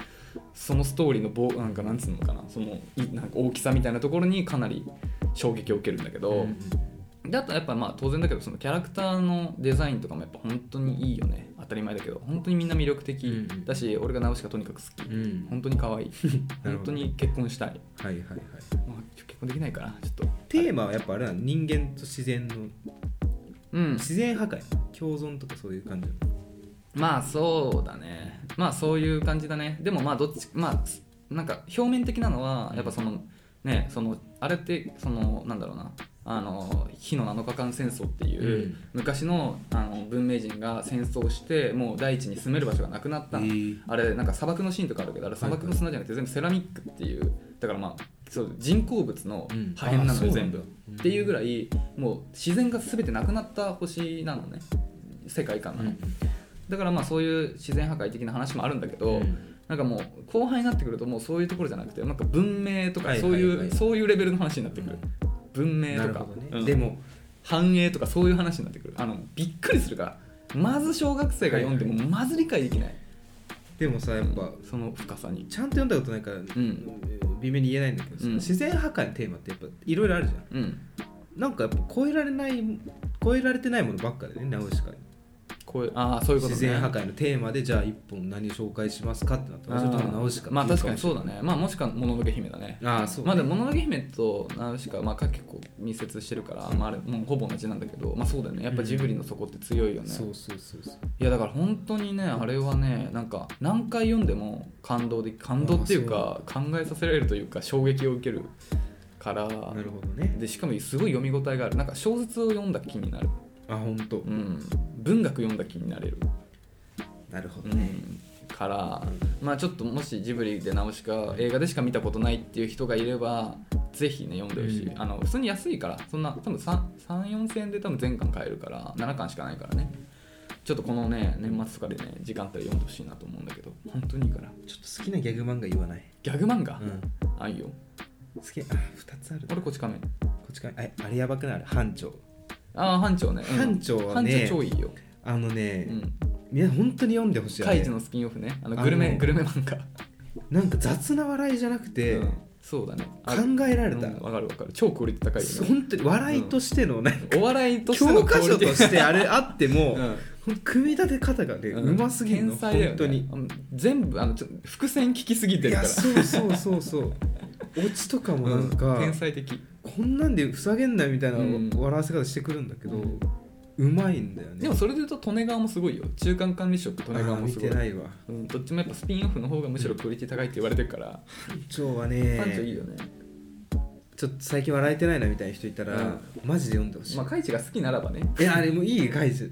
[SPEAKER 2] そのストーリーの棒なんかなんつうのかなそのいなんか大きさみたいなところにかなり衝撃を受けるんだけど、
[SPEAKER 1] うん
[SPEAKER 2] であとやっぱまあ当然だけどそのキャラクターのデザインとかもやっぱ本当にいいよね当たり前だけど本当にみんな魅力的
[SPEAKER 1] うんうん
[SPEAKER 2] だし、俺がナウシカとにかく好き
[SPEAKER 1] うんうん
[SPEAKER 2] 本当に可愛い
[SPEAKER 1] なるほど
[SPEAKER 2] 本当に結婚したい、
[SPEAKER 1] はいはいはい
[SPEAKER 2] まあ、結婚できないからちょっと
[SPEAKER 1] テーマはやっぱあれは人間と自然の
[SPEAKER 2] うん
[SPEAKER 1] 自然破壊共存とかそういう感じ
[SPEAKER 2] まあそうだねまあそういう感じだねでもまあどっちまあなんか表面的なのはやっぱそのねそのあれってそのなんだろうなあの火の7日間戦争っていう、
[SPEAKER 1] うん
[SPEAKER 2] 昔のあの文明人が戦争してもう大地に住める場所がなくなったの、
[SPEAKER 1] ー
[SPEAKER 2] あれなんか砂漠のシーンとかあるけどあれ砂漠の砂じゃなくて全部セラミックっていうだからまあそう人工物の
[SPEAKER 1] うん
[SPEAKER 2] 破片な
[SPEAKER 1] あ
[SPEAKER 2] の
[SPEAKER 1] そう
[SPEAKER 2] よ
[SPEAKER 1] なんだ
[SPEAKER 2] 全部、
[SPEAKER 1] うん
[SPEAKER 2] っていうぐらいもう自然が全てなくなった星なのね世界観なの、だからまあそういう自然破壊的な話もあるんだけ
[SPEAKER 1] う
[SPEAKER 2] ど、
[SPEAKER 1] ん
[SPEAKER 2] なんかもう後輩になってくるともうそういうところじゃなくてなんか文明とか
[SPEAKER 1] はい
[SPEAKER 2] そういう、
[SPEAKER 1] はいはい
[SPEAKER 2] そういうレベルの話になってくる、文明
[SPEAKER 1] な
[SPEAKER 2] と
[SPEAKER 1] る
[SPEAKER 2] か
[SPEAKER 1] ほどね、
[SPEAKER 2] うん
[SPEAKER 1] でも
[SPEAKER 2] 繁栄とかそういう話になってくるあのびっくりするからまず小学生が読んでもまず理解できない、
[SPEAKER 1] でもさやっぱ
[SPEAKER 2] その深さに
[SPEAKER 1] ちゃんと読んだことないから、
[SPEAKER 2] ん
[SPEAKER 1] 微妙に言えないんだけどさ、
[SPEAKER 2] うん
[SPEAKER 1] 自然破壊のテーマってやっぱいろいろあるじゃん
[SPEAKER 2] うん
[SPEAKER 1] なんかやっぱ超えられない超えられてないものばっかでね直しか
[SPEAKER 2] こういうああそういうこと
[SPEAKER 1] 自
[SPEAKER 2] ね
[SPEAKER 1] 然破壊のテーマでじゃあ一本何紹介しますかってなったらそれとも直しか
[SPEAKER 2] まあ確かにそう
[SPEAKER 1] う
[SPEAKER 2] だねまあもしかもののけ姫だね
[SPEAKER 1] ああそう、
[SPEAKER 2] まあでも「もののけ姫」と「ナウシカ」まあ結構密接してるから、まあ、あれもうほぼ同じなんだけどまあそうだよねやっぱジブリの底って強いよね、
[SPEAKER 1] そうそうそうそう
[SPEAKER 2] いやだから本当にねあれはねなんか何回読んでも感動で感動っていうか考えさせられるというか衝撃を受けるから
[SPEAKER 1] なるほどね
[SPEAKER 2] でしかもすごい読み応えがあるなんか小説を読んだ気になる、
[SPEAKER 1] あ本当、
[SPEAKER 2] うん、文学読んだ気になれる、
[SPEAKER 1] なるほど
[SPEAKER 2] う
[SPEAKER 1] ね、
[SPEAKER 2] ん、からまあちょっともしジブリで直しか映画でしか見たことないっていう人がいればぜひね読んでほしい、
[SPEAKER 1] うん
[SPEAKER 2] あの普通に安いからそんな多分34000円で多分全巻買えるから7巻しかないからねちょっとこのね年末とかでね時間あったら読んでほしいなと思うんだけど本当にいいから
[SPEAKER 1] ちょっと好きなギャグ漫画言わない、
[SPEAKER 2] ギャグ漫画、
[SPEAKER 1] うん、
[SPEAKER 2] あいいよ
[SPEAKER 1] 好きあ2つある
[SPEAKER 2] 俺こっち亀
[SPEAKER 1] こっちかああれやばくなる班長
[SPEAKER 2] ああ班長ね、うん
[SPEAKER 1] 班長はね
[SPEAKER 2] 班長超いいよ、
[SPEAKER 1] あのね、
[SPEAKER 2] うん、
[SPEAKER 1] みんな本当に読んでほしいあ
[SPEAKER 2] カ
[SPEAKER 1] れ
[SPEAKER 2] イジのスピンオフねあのグルメ
[SPEAKER 1] あの
[SPEAKER 2] グルメ漫画、
[SPEAKER 1] なんか雑な笑いじゃなくて、
[SPEAKER 2] うんそうだねあ
[SPEAKER 1] 考えられた、
[SPEAKER 2] うんわかるわかる超クオリティ高いよね
[SPEAKER 1] 本当に笑いとしての、なんか
[SPEAKER 2] お笑いとして
[SPEAKER 1] 教
[SPEAKER 2] のク
[SPEAKER 1] 科
[SPEAKER 2] オ
[SPEAKER 1] 書
[SPEAKER 2] リテ
[SPEAKER 1] と
[SPEAKER 2] ィ
[SPEAKER 1] してあれあっても、
[SPEAKER 2] うん
[SPEAKER 1] ほんと組み立て方がね、う
[SPEAKER 2] うん
[SPEAKER 1] ま、すぎるの
[SPEAKER 2] 天才だよね
[SPEAKER 1] 本当に
[SPEAKER 2] うん全部あのちょ伏線聞きすぎ
[SPEAKER 1] い
[SPEAKER 2] てるか
[SPEAKER 1] や
[SPEAKER 2] ら
[SPEAKER 1] そうそうそうそうオチとかもなんか、
[SPEAKER 2] うん天才的
[SPEAKER 1] こんなんでふさげんなみたいな
[SPEAKER 2] うん
[SPEAKER 1] 笑わせ方してくるんだけど、
[SPEAKER 2] う
[SPEAKER 1] うんまいんだよね
[SPEAKER 2] でもそれで言うと利根川もすごいよ中間管理職利
[SPEAKER 1] あ
[SPEAKER 2] 根川
[SPEAKER 1] ー
[SPEAKER 2] も
[SPEAKER 1] 見
[SPEAKER 2] すご
[SPEAKER 1] て
[SPEAKER 2] い
[SPEAKER 1] ないわ
[SPEAKER 2] うん、どっちもやっぱスピンオフの方がむしろクオリティ高いって言われてるから、
[SPEAKER 1] 班長は
[SPEAKER 2] 班長いい
[SPEAKER 1] ね
[SPEAKER 2] よね、
[SPEAKER 1] ちょっと最近笑えてないなみたいな人いたら、
[SPEAKER 2] うん
[SPEAKER 1] マジで読んでほしい、
[SPEAKER 2] まあカイジが好きならばね
[SPEAKER 1] えあれもういいガイズ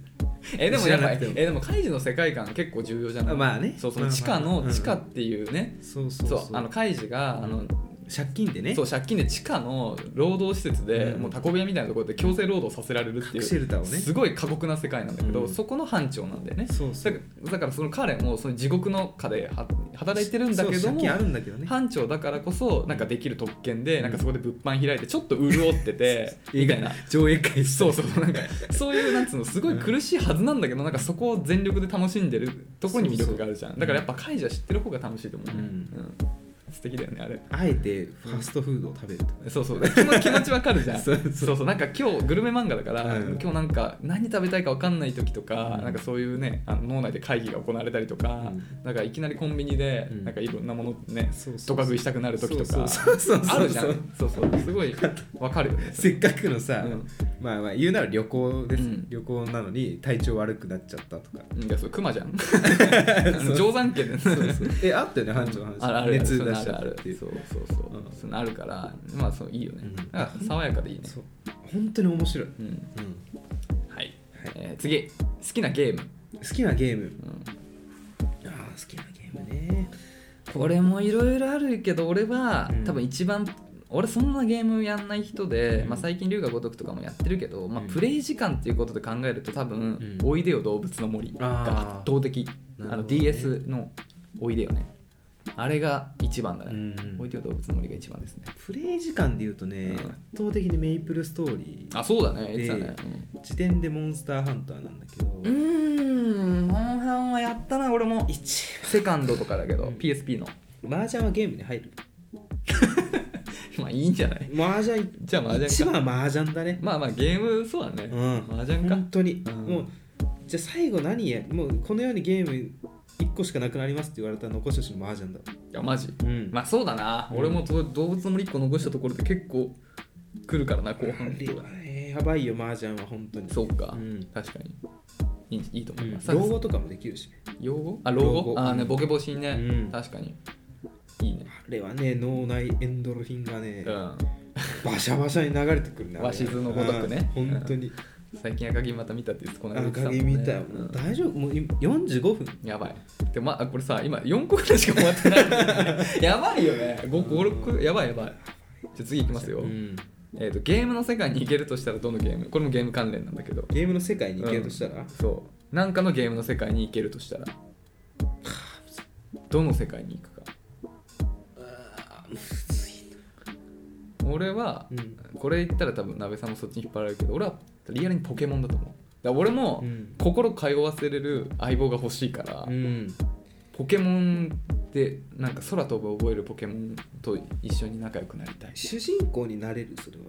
[SPEAKER 2] えでもやっ
[SPEAKER 1] 知
[SPEAKER 2] ぱ
[SPEAKER 1] らなくても
[SPEAKER 2] えでもカイジの世界観結構重要じゃない
[SPEAKER 1] まあね
[SPEAKER 2] そうそ
[SPEAKER 1] ま
[SPEAKER 2] の
[SPEAKER 1] あまあ
[SPEAKER 2] 地下の
[SPEAKER 1] うん
[SPEAKER 2] 地下っていうね、
[SPEAKER 1] そうそうそう
[SPEAKER 2] そうあのカイジがあの
[SPEAKER 1] 借金でね
[SPEAKER 2] そう借金で地下の労働施設で、
[SPEAKER 1] うん
[SPEAKER 2] もうタコ部屋みたいなところで強制労働させられるっていう
[SPEAKER 1] シェルターをね
[SPEAKER 2] すごい過酷な世界なんだけど、
[SPEAKER 1] うん
[SPEAKER 2] そこの班長なんだよね
[SPEAKER 1] そうそ
[SPEAKER 2] だ
[SPEAKER 1] う
[SPEAKER 2] からだからその彼もその地獄の下では働いてるんだけ
[SPEAKER 1] そう借
[SPEAKER 2] ども
[SPEAKER 1] 金あるんだけどね
[SPEAKER 2] 班長だからこそなんかできる特権でなんかそこで物販開いてちょっと潤っ ててみたいな
[SPEAKER 1] 上映会
[SPEAKER 2] そうそうそうなんかそういうなんつうのすごい苦しいはずなんだけどなんかそこを全力で楽しんでるところに魅力があるじゃん
[SPEAKER 1] そう
[SPEAKER 2] だからやっぱカイジは知ってる方が楽しいと思うね、
[SPEAKER 1] うん
[SPEAKER 2] うん素敵だよねあれ
[SPEAKER 1] あえてファストフードを食べるとか
[SPEAKER 2] そうそう気持気持ちわか るじゃん
[SPEAKER 1] そう
[SPEAKER 2] そうそうなんか今日グルメ漫画だから、
[SPEAKER 1] うん
[SPEAKER 2] 今日なんか何食べたいかわかんない時とか、
[SPEAKER 1] うん
[SPEAKER 2] なんかそういうねあの脳内で会議が行われたりとか、
[SPEAKER 1] うん
[SPEAKER 2] なんかいきなりコンビニで
[SPEAKER 1] うん
[SPEAKER 2] なんかいろんなものね、
[SPEAKER 1] そうそ
[SPEAKER 2] ド
[SPEAKER 1] う
[SPEAKER 2] カ食いしたくなる時とか
[SPEAKER 1] そうそうそうそうそう
[SPEAKER 2] あるじゃんそうそうすごいわかるよね
[SPEAKER 1] せっかくのさ、
[SPEAKER 2] うん
[SPEAKER 1] まあまあ言うなら旅行です、
[SPEAKER 2] うん
[SPEAKER 1] 旅行なのに体調悪くなっちゃったとか
[SPEAKER 2] いやそれク マじゃんあの定山県で
[SPEAKER 1] そうそう えあったよね班長の話
[SPEAKER 2] あるある
[SPEAKER 1] 熱出し
[SPEAKER 2] そ
[SPEAKER 1] ち
[SPEAKER 2] う
[SPEAKER 1] ゃ
[SPEAKER 2] あ
[SPEAKER 1] った
[SPEAKER 2] る
[SPEAKER 1] っ
[SPEAKER 2] あ
[SPEAKER 1] てい
[SPEAKER 2] る
[SPEAKER 1] う
[SPEAKER 2] そうそうそう、
[SPEAKER 1] うん
[SPEAKER 2] そういうのあるからまあそういいよね
[SPEAKER 1] うん
[SPEAKER 2] だから爽やかでいいね
[SPEAKER 1] そう本当に面白い、
[SPEAKER 2] うん
[SPEAKER 1] うんは
[SPEAKER 2] はい、
[SPEAKER 1] い
[SPEAKER 2] えー次好きなゲーム、
[SPEAKER 1] 好きなゲーム
[SPEAKER 2] うん
[SPEAKER 1] ああ好きなゲームね
[SPEAKER 2] これもいろいろあるけど俺は
[SPEAKER 1] うん
[SPEAKER 2] 多分一番、俺そんなゲームやんない人で、
[SPEAKER 1] うん
[SPEAKER 2] まあ、最近龍が如くとかもやってるけど、まあ
[SPEAKER 1] うん、
[SPEAKER 2] プレイ時間っていうことで考えると多分、
[SPEAKER 1] うん
[SPEAKER 2] おいでよ動物の森が圧倒的
[SPEAKER 1] あ
[SPEAKER 2] あ,、
[SPEAKER 1] ーなるほどね
[SPEAKER 2] の DS のおいでよねあれが一番だ
[SPEAKER 1] う
[SPEAKER 2] ね、
[SPEAKER 1] んうん
[SPEAKER 2] おいでよ動物の森が一番ですね
[SPEAKER 1] プレイ時間で言うとね、
[SPEAKER 2] うん
[SPEAKER 1] 圧倒的にメイプルストーリー
[SPEAKER 2] あそうだね言ってたね
[SPEAKER 1] 時点でモンスターハンターなんだけど、
[SPEAKER 2] うんうんモンハンはやったな俺もセカンドとかだけど PSP の
[SPEAKER 1] 麻雀はゲームに入る
[SPEAKER 2] まあいいんじゃない
[SPEAKER 1] 麻雀
[SPEAKER 2] じゃあ麻雀か
[SPEAKER 1] 一番は麻雀だね
[SPEAKER 2] まあまあゲームそうだね、
[SPEAKER 1] うん
[SPEAKER 2] 麻雀か
[SPEAKER 1] 本当に、
[SPEAKER 2] うん
[SPEAKER 1] もうじゃあ最後何やもうこのようにゲーム1個しかなくなりますって言われたら残してほしいの麻雀だ
[SPEAKER 2] いやマジ
[SPEAKER 1] うん
[SPEAKER 2] まあそうだな、
[SPEAKER 1] うん
[SPEAKER 2] 俺もど動物の森1個残したところで結構来るからな後
[SPEAKER 1] あ
[SPEAKER 2] 半
[SPEAKER 1] れはねやばいよ麻雀は本当に
[SPEAKER 2] そうか、
[SPEAKER 1] うん
[SPEAKER 2] 確かにいいいいと思います、
[SPEAKER 1] 老後とかもできるしね
[SPEAKER 2] 用語あ老
[SPEAKER 1] 老
[SPEAKER 2] 後
[SPEAKER 1] 後
[SPEAKER 2] ああ
[SPEAKER 1] う
[SPEAKER 2] ね
[SPEAKER 1] ん
[SPEAKER 2] ボケ防止にね、
[SPEAKER 1] うん
[SPEAKER 2] 確かにいいね
[SPEAKER 1] あれはね脳内エンドルフィンがね、
[SPEAKER 2] うん
[SPEAKER 1] バシャバシャに流れてくるねあれは
[SPEAKER 2] 鷲津のごとくね
[SPEAKER 1] うん本当に
[SPEAKER 2] 最近赤木また見たって言ってこの間言って
[SPEAKER 1] 赤
[SPEAKER 2] たもん
[SPEAKER 1] 木
[SPEAKER 2] ね
[SPEAKER 1] 見たよ、
[SPEAKER 2] うん
[SPEAKER 1] 大丈夫もう今45分
[SPEAKER 2] やばいでまあこれさ今4個ぐらいしか終わってないんだよね やばいよね5個6個やばいやばいじゃあ次いきますよ、
[SPEAKER 1] うん
[SPEAKER 2] えー、とゲームの世界に行けるとしたらどのゲームこれもゲーム関連なんだけど
[SPEAKER 1] ゲームの世界に行けるとしたら、
[SPEAKER 2] そうなんかのゲームの世界に行けるとしたらどの世界に行くか俺は
[SPEAKER 1] うん
[SPEAKER 2] これ言ったら多分鍋さんもそっちに引っ張られるけど俺はリアルにポケモンだと思うだから俺も
[SPEAKER 1] うん
[SPEAKER 2] 心通わせれる相棒が欲しいから、
[SPEAKER 1] うん
[SPEAKER 2] ポケモンでなんか空飛ぶ覚えるポケモンと一緒に仲良くなりたい
[SPEAKER 1] 主人公になれるそれは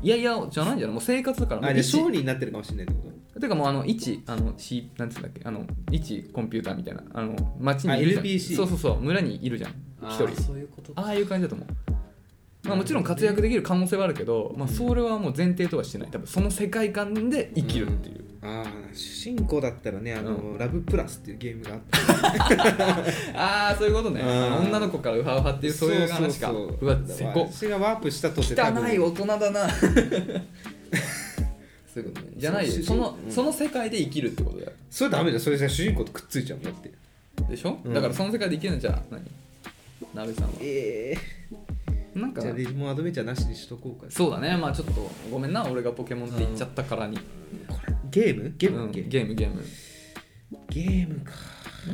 [SPEAKER 1] い
[SPEAKER 2] やいやじゃないんじゃないもう生活だからも
[SPEAKER 1] あ
[SPEAKER 2] う
[SPEAKER 1] れ
[SPEAKER 2] 一
[SPEAKER 1] 商人になってるかもしれないってこ
[SPEAKER 2] てかもうあの一あの C なんつうんだっけあの一コンピューターみたいなあの町
[SPEAKER 1] あ
[SPEAKER 2] にいるじゃん
[SPEAKER 1] LPC
[SPEAKER 2] そうそうそう村にいるじゃん
[SPEAKER 1] と
[SPEAKER 2] 一人
[SPEAKER 1] そういうこと
[SPEAKER 2] ああいう感じだと思うまあもちろん活躍できる可能性はあるけど、まあ、それはもう前提とはしてない多分その世界観で生きるっていう、
[SPEAKER 1] ああ主人公だったらねあの、
[SPEAKER 2] う
[SPEAKER 1] ラブプラスっていうゲームがあ ったっ
[SPEAKER 2] ああそういうことね
[SPEAKER 1] うん
[SPEAKER 2] 女の子からウハウハっていうそういう話かう
[SPEAKER 1] そう
[SPEAKER 2] わせこ
[SPEAKER 1] 私がワープしたとして多分
[SPEAKER 2] 汚い大人だ な
[SPEAKER 1] そういうことね
[SPEAKER 2] じゃないよその,、その世界で生きるってことだよ
[SPEAKER 1] それダメだよそれじゃ主人公とくっついちゃうもんだって
[SPEAKER 2] でしょ、
[SPEAKER 1] うん
[SPEAKER 2] だからその世界で生きるのじゃあ何鍋さんは
[SPEAKER 1] ええ
[SPEAKER 2] なんか
[SPEAKER 1] じゃあデジモンアドベンチャーなしにしとこうか
[SPEAKER 2] そうだねまあちょっとごめんな俺がポケモンって言っちゃったからに、
[SPEAKER 1] これゲームゲームだ
[SPEAKER 2] う
[SPEAKER 1] っ
[SPEAKER 2] ん
[SPEAKER 1] け、
[SPEAKER 2] ゲームゲーム
[SPEAKER 1] ゲームか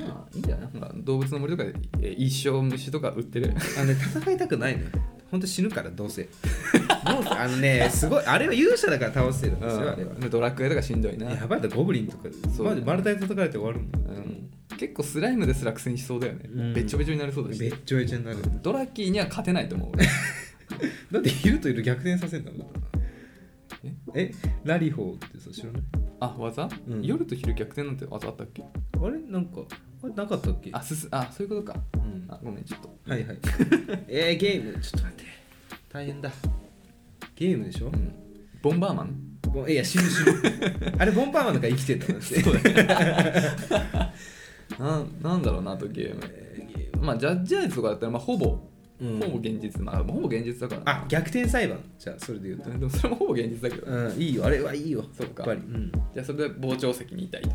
[SPEAKER 2] まあいいんじゃないほら動物の森とかでえー一生虫とか売っ てる
[SPEAKER 1] あのね戦いたくないのよ本当死ぬからどうせどうせあのねすごいあれは勇者だから倒せるんですよ、あれは
[SPEAKER 2] うんドラクエとかしんどいな、
[SPEAKER 1] やばいだゴブリンとか
[SPEAKER 2] そう
[SPEAKER 1] まず丸太に叩かれて終わるもん、
[SPEAKER 2] うん、結構スライムですら苦戦しそうだよね、
[SPEAKER 1] うん
[SPEAKER 2] べっちょべちょになりそうだ
[SPEAKER 1] べ
[SPEAKER 2] し
[SPEAKER 1] っちょべちょになる
[SPEAKER 2] ドラッキーには勝てないと思う 俺
[SPEAKER 1] だっているといる逆転させんだもん
[SPEAKER 2] え
[SPEAKER 1] えラリホーってさ知らない
[SPEAKER 2] あ技、
[SPEAKER 1] うん
[SPEAKER 2] 夜と昼逆転なんて技あったっけ
[SPEAKER 1] あれなんかあれなかったっけ
[SPEAKER 2] あすすあそういうことか
[SPEAKER 1] うん
[SPEAKER 2] あごめんちょっと、
[SPEAKER 1] はい はいえー、ゲームちょっと待って大変だゲームでしょ
[SPEAKER 2] う、ん、ボンバーマン
[SPEAKER 1] ボンいや死ぬ死ぬ あれボンバーマンだから生きてんだもんだ って
[SPEAKER 2] なんなんだろうなあとゲーム、まあジャッジアイズとかだったら、まあ、ほぼ、
[SPEAKER 1] うん
[SPEAKER 2] ほぼ現実まあほぼ現実だからな
[SPEAKER 1] あ逆転裁判じゃあそれで言うと
[SPEAKER 2] でもそれもほぼ現実だけど、
[SPEAKER 1] うんいいよあれはいいよ
[SPEAKER 2] そっか
[SPEAKER 1] やっぱり、うん、
[SPEAKER 2] じゃあそれで傍聴席にいたいと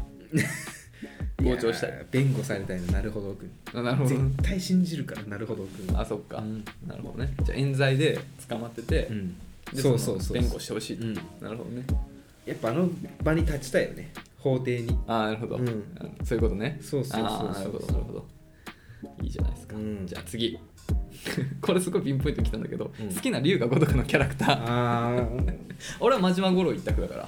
[SPEAKER 2] 傍聴した
[SPEAKER 1] や
[SPEAKER 2] い
[SPEAKER 1] ー弁護されたいのなるほど君
[SPEAKER 2] あなるほど
[SPEAKER 1] 絶対信じるからなるほど君
[SPEAKER 2] あそっか、
[SPEAKER 1] うん
[SPEAKER 2] なるほどねじゃあ冤罪で捕まってて、
[SPEAKER 1] うん
[SPEAKER 2] で
[SPEAKER 1] そう
[SPEAKER 2] の
[SPEAKER 1] そうそう
[SPEAKER 2] 弁護してほしいと、
[SPEAKER 1] うん
[SPEAKER 2] なるほどね
[SPEAKER 1] やっぱあの場に立ちたいよね法廷に
[SPEAKER 2] ああなるほど、
[SPEAKER 1] うん
[SPEAKER 2] あそういうことね
[SPEAKER 1] そうそうそうそう
[SPEAKER 2] あーなるほどなるほどいいじゃないですか、
[SPEAKER 1] うん
[SPEAKER 2] じゃあ次 これすごいピンポイントきたんだけど、
[SPEAKER 1] うん
[SPEAKER 2] 好きな龍が如くのキャラクター
[SPEAKER 1] ああ
[SPEAKER 2] 俺は真島五郎一択だから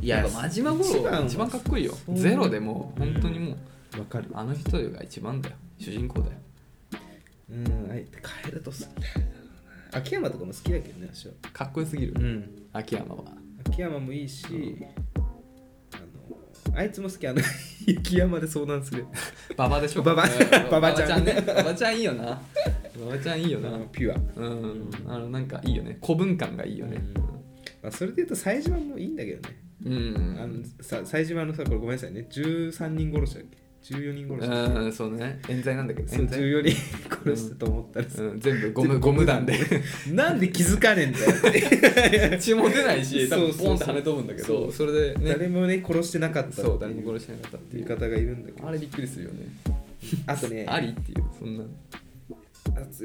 [SPEAKER 1] い
[SPEAKER 2] やっぱ真島五郎が一番かっこいいよ
[SPEAKER 1] そう
[SPEAKER 2] ゼロでもう本当にもう、
[SPEAKER 1] わかる
[SPEAKER 2] あの人が一番だよ主人公だよ
[SPEAKER 1] うんあえて変えるとすんだよな秋山とかも好きだけどね私は
[SPEAKER 2] かっこよすぎる、
[SPEAKER 1] うん
[SPEAKER 2] 秋山は
[SPEAKER 1] 秋山もいいし、あのあいつも好きあの 雪山で相談する
[SPEAKER 2] ババでしょ
[SPEAKER 1] ババ
[SPEAKER 2] うん
[SPEAKER 1] ババちゃん
[SPEAKER 2] ねババちゃんいいよなババちゃんいいよな
[SPEAKER 1] あのピュア
[SPEAKER 2] うんあのなんかいいよね古文感がいいよね、
[SPEAKER 1] うんまあ、それで言うと冴島もいいんだけどね、
[SPEAKER 2] うん
[SPEAKER 1] あのさ冴島のさこれごめんなさいね13人殺しだっけ14人殺しだっ
[SPEAKER 2] うんそうね冤罪なんだけ
[SPEAKER 1] け
[SPEAKER 2] ど
[SPEAKER 1] そう
[SPEAKER 2] 冤罪、
[SPEAKER 1] 14人殺したと思ったらさ、
[SPEAKER 2] うん、全部ゴムゴム弾で
[SPEAKER 1] なんで気づかねえんだよ
[SPEAKER 2] 血も出ないし多分
[SPEAKER 1] そう
[SPEAKER 2] ポ
[SPEAKER 1] そ
[SPEAKER 2] ン
[SPEAKER 1] うそう
[SPEAKER 2] って跳ね飛ぶんだけど
[SPEAKER 1] そ
[SPEAKER 2] そうれでね
[SPEAKER 1] 誰もね殺してなかったってい
[SPEAKER 2] そう誰も殺してなかったって
[SPEAKER 1] 言
[SPEAKER 2] い
[SPEAKER 1] いう方がいるんだけど
[SPEAKER 2] あれびっくりするよね
[SPEAKER 1] あとね
[SPEAKER 2] ありっていうそんな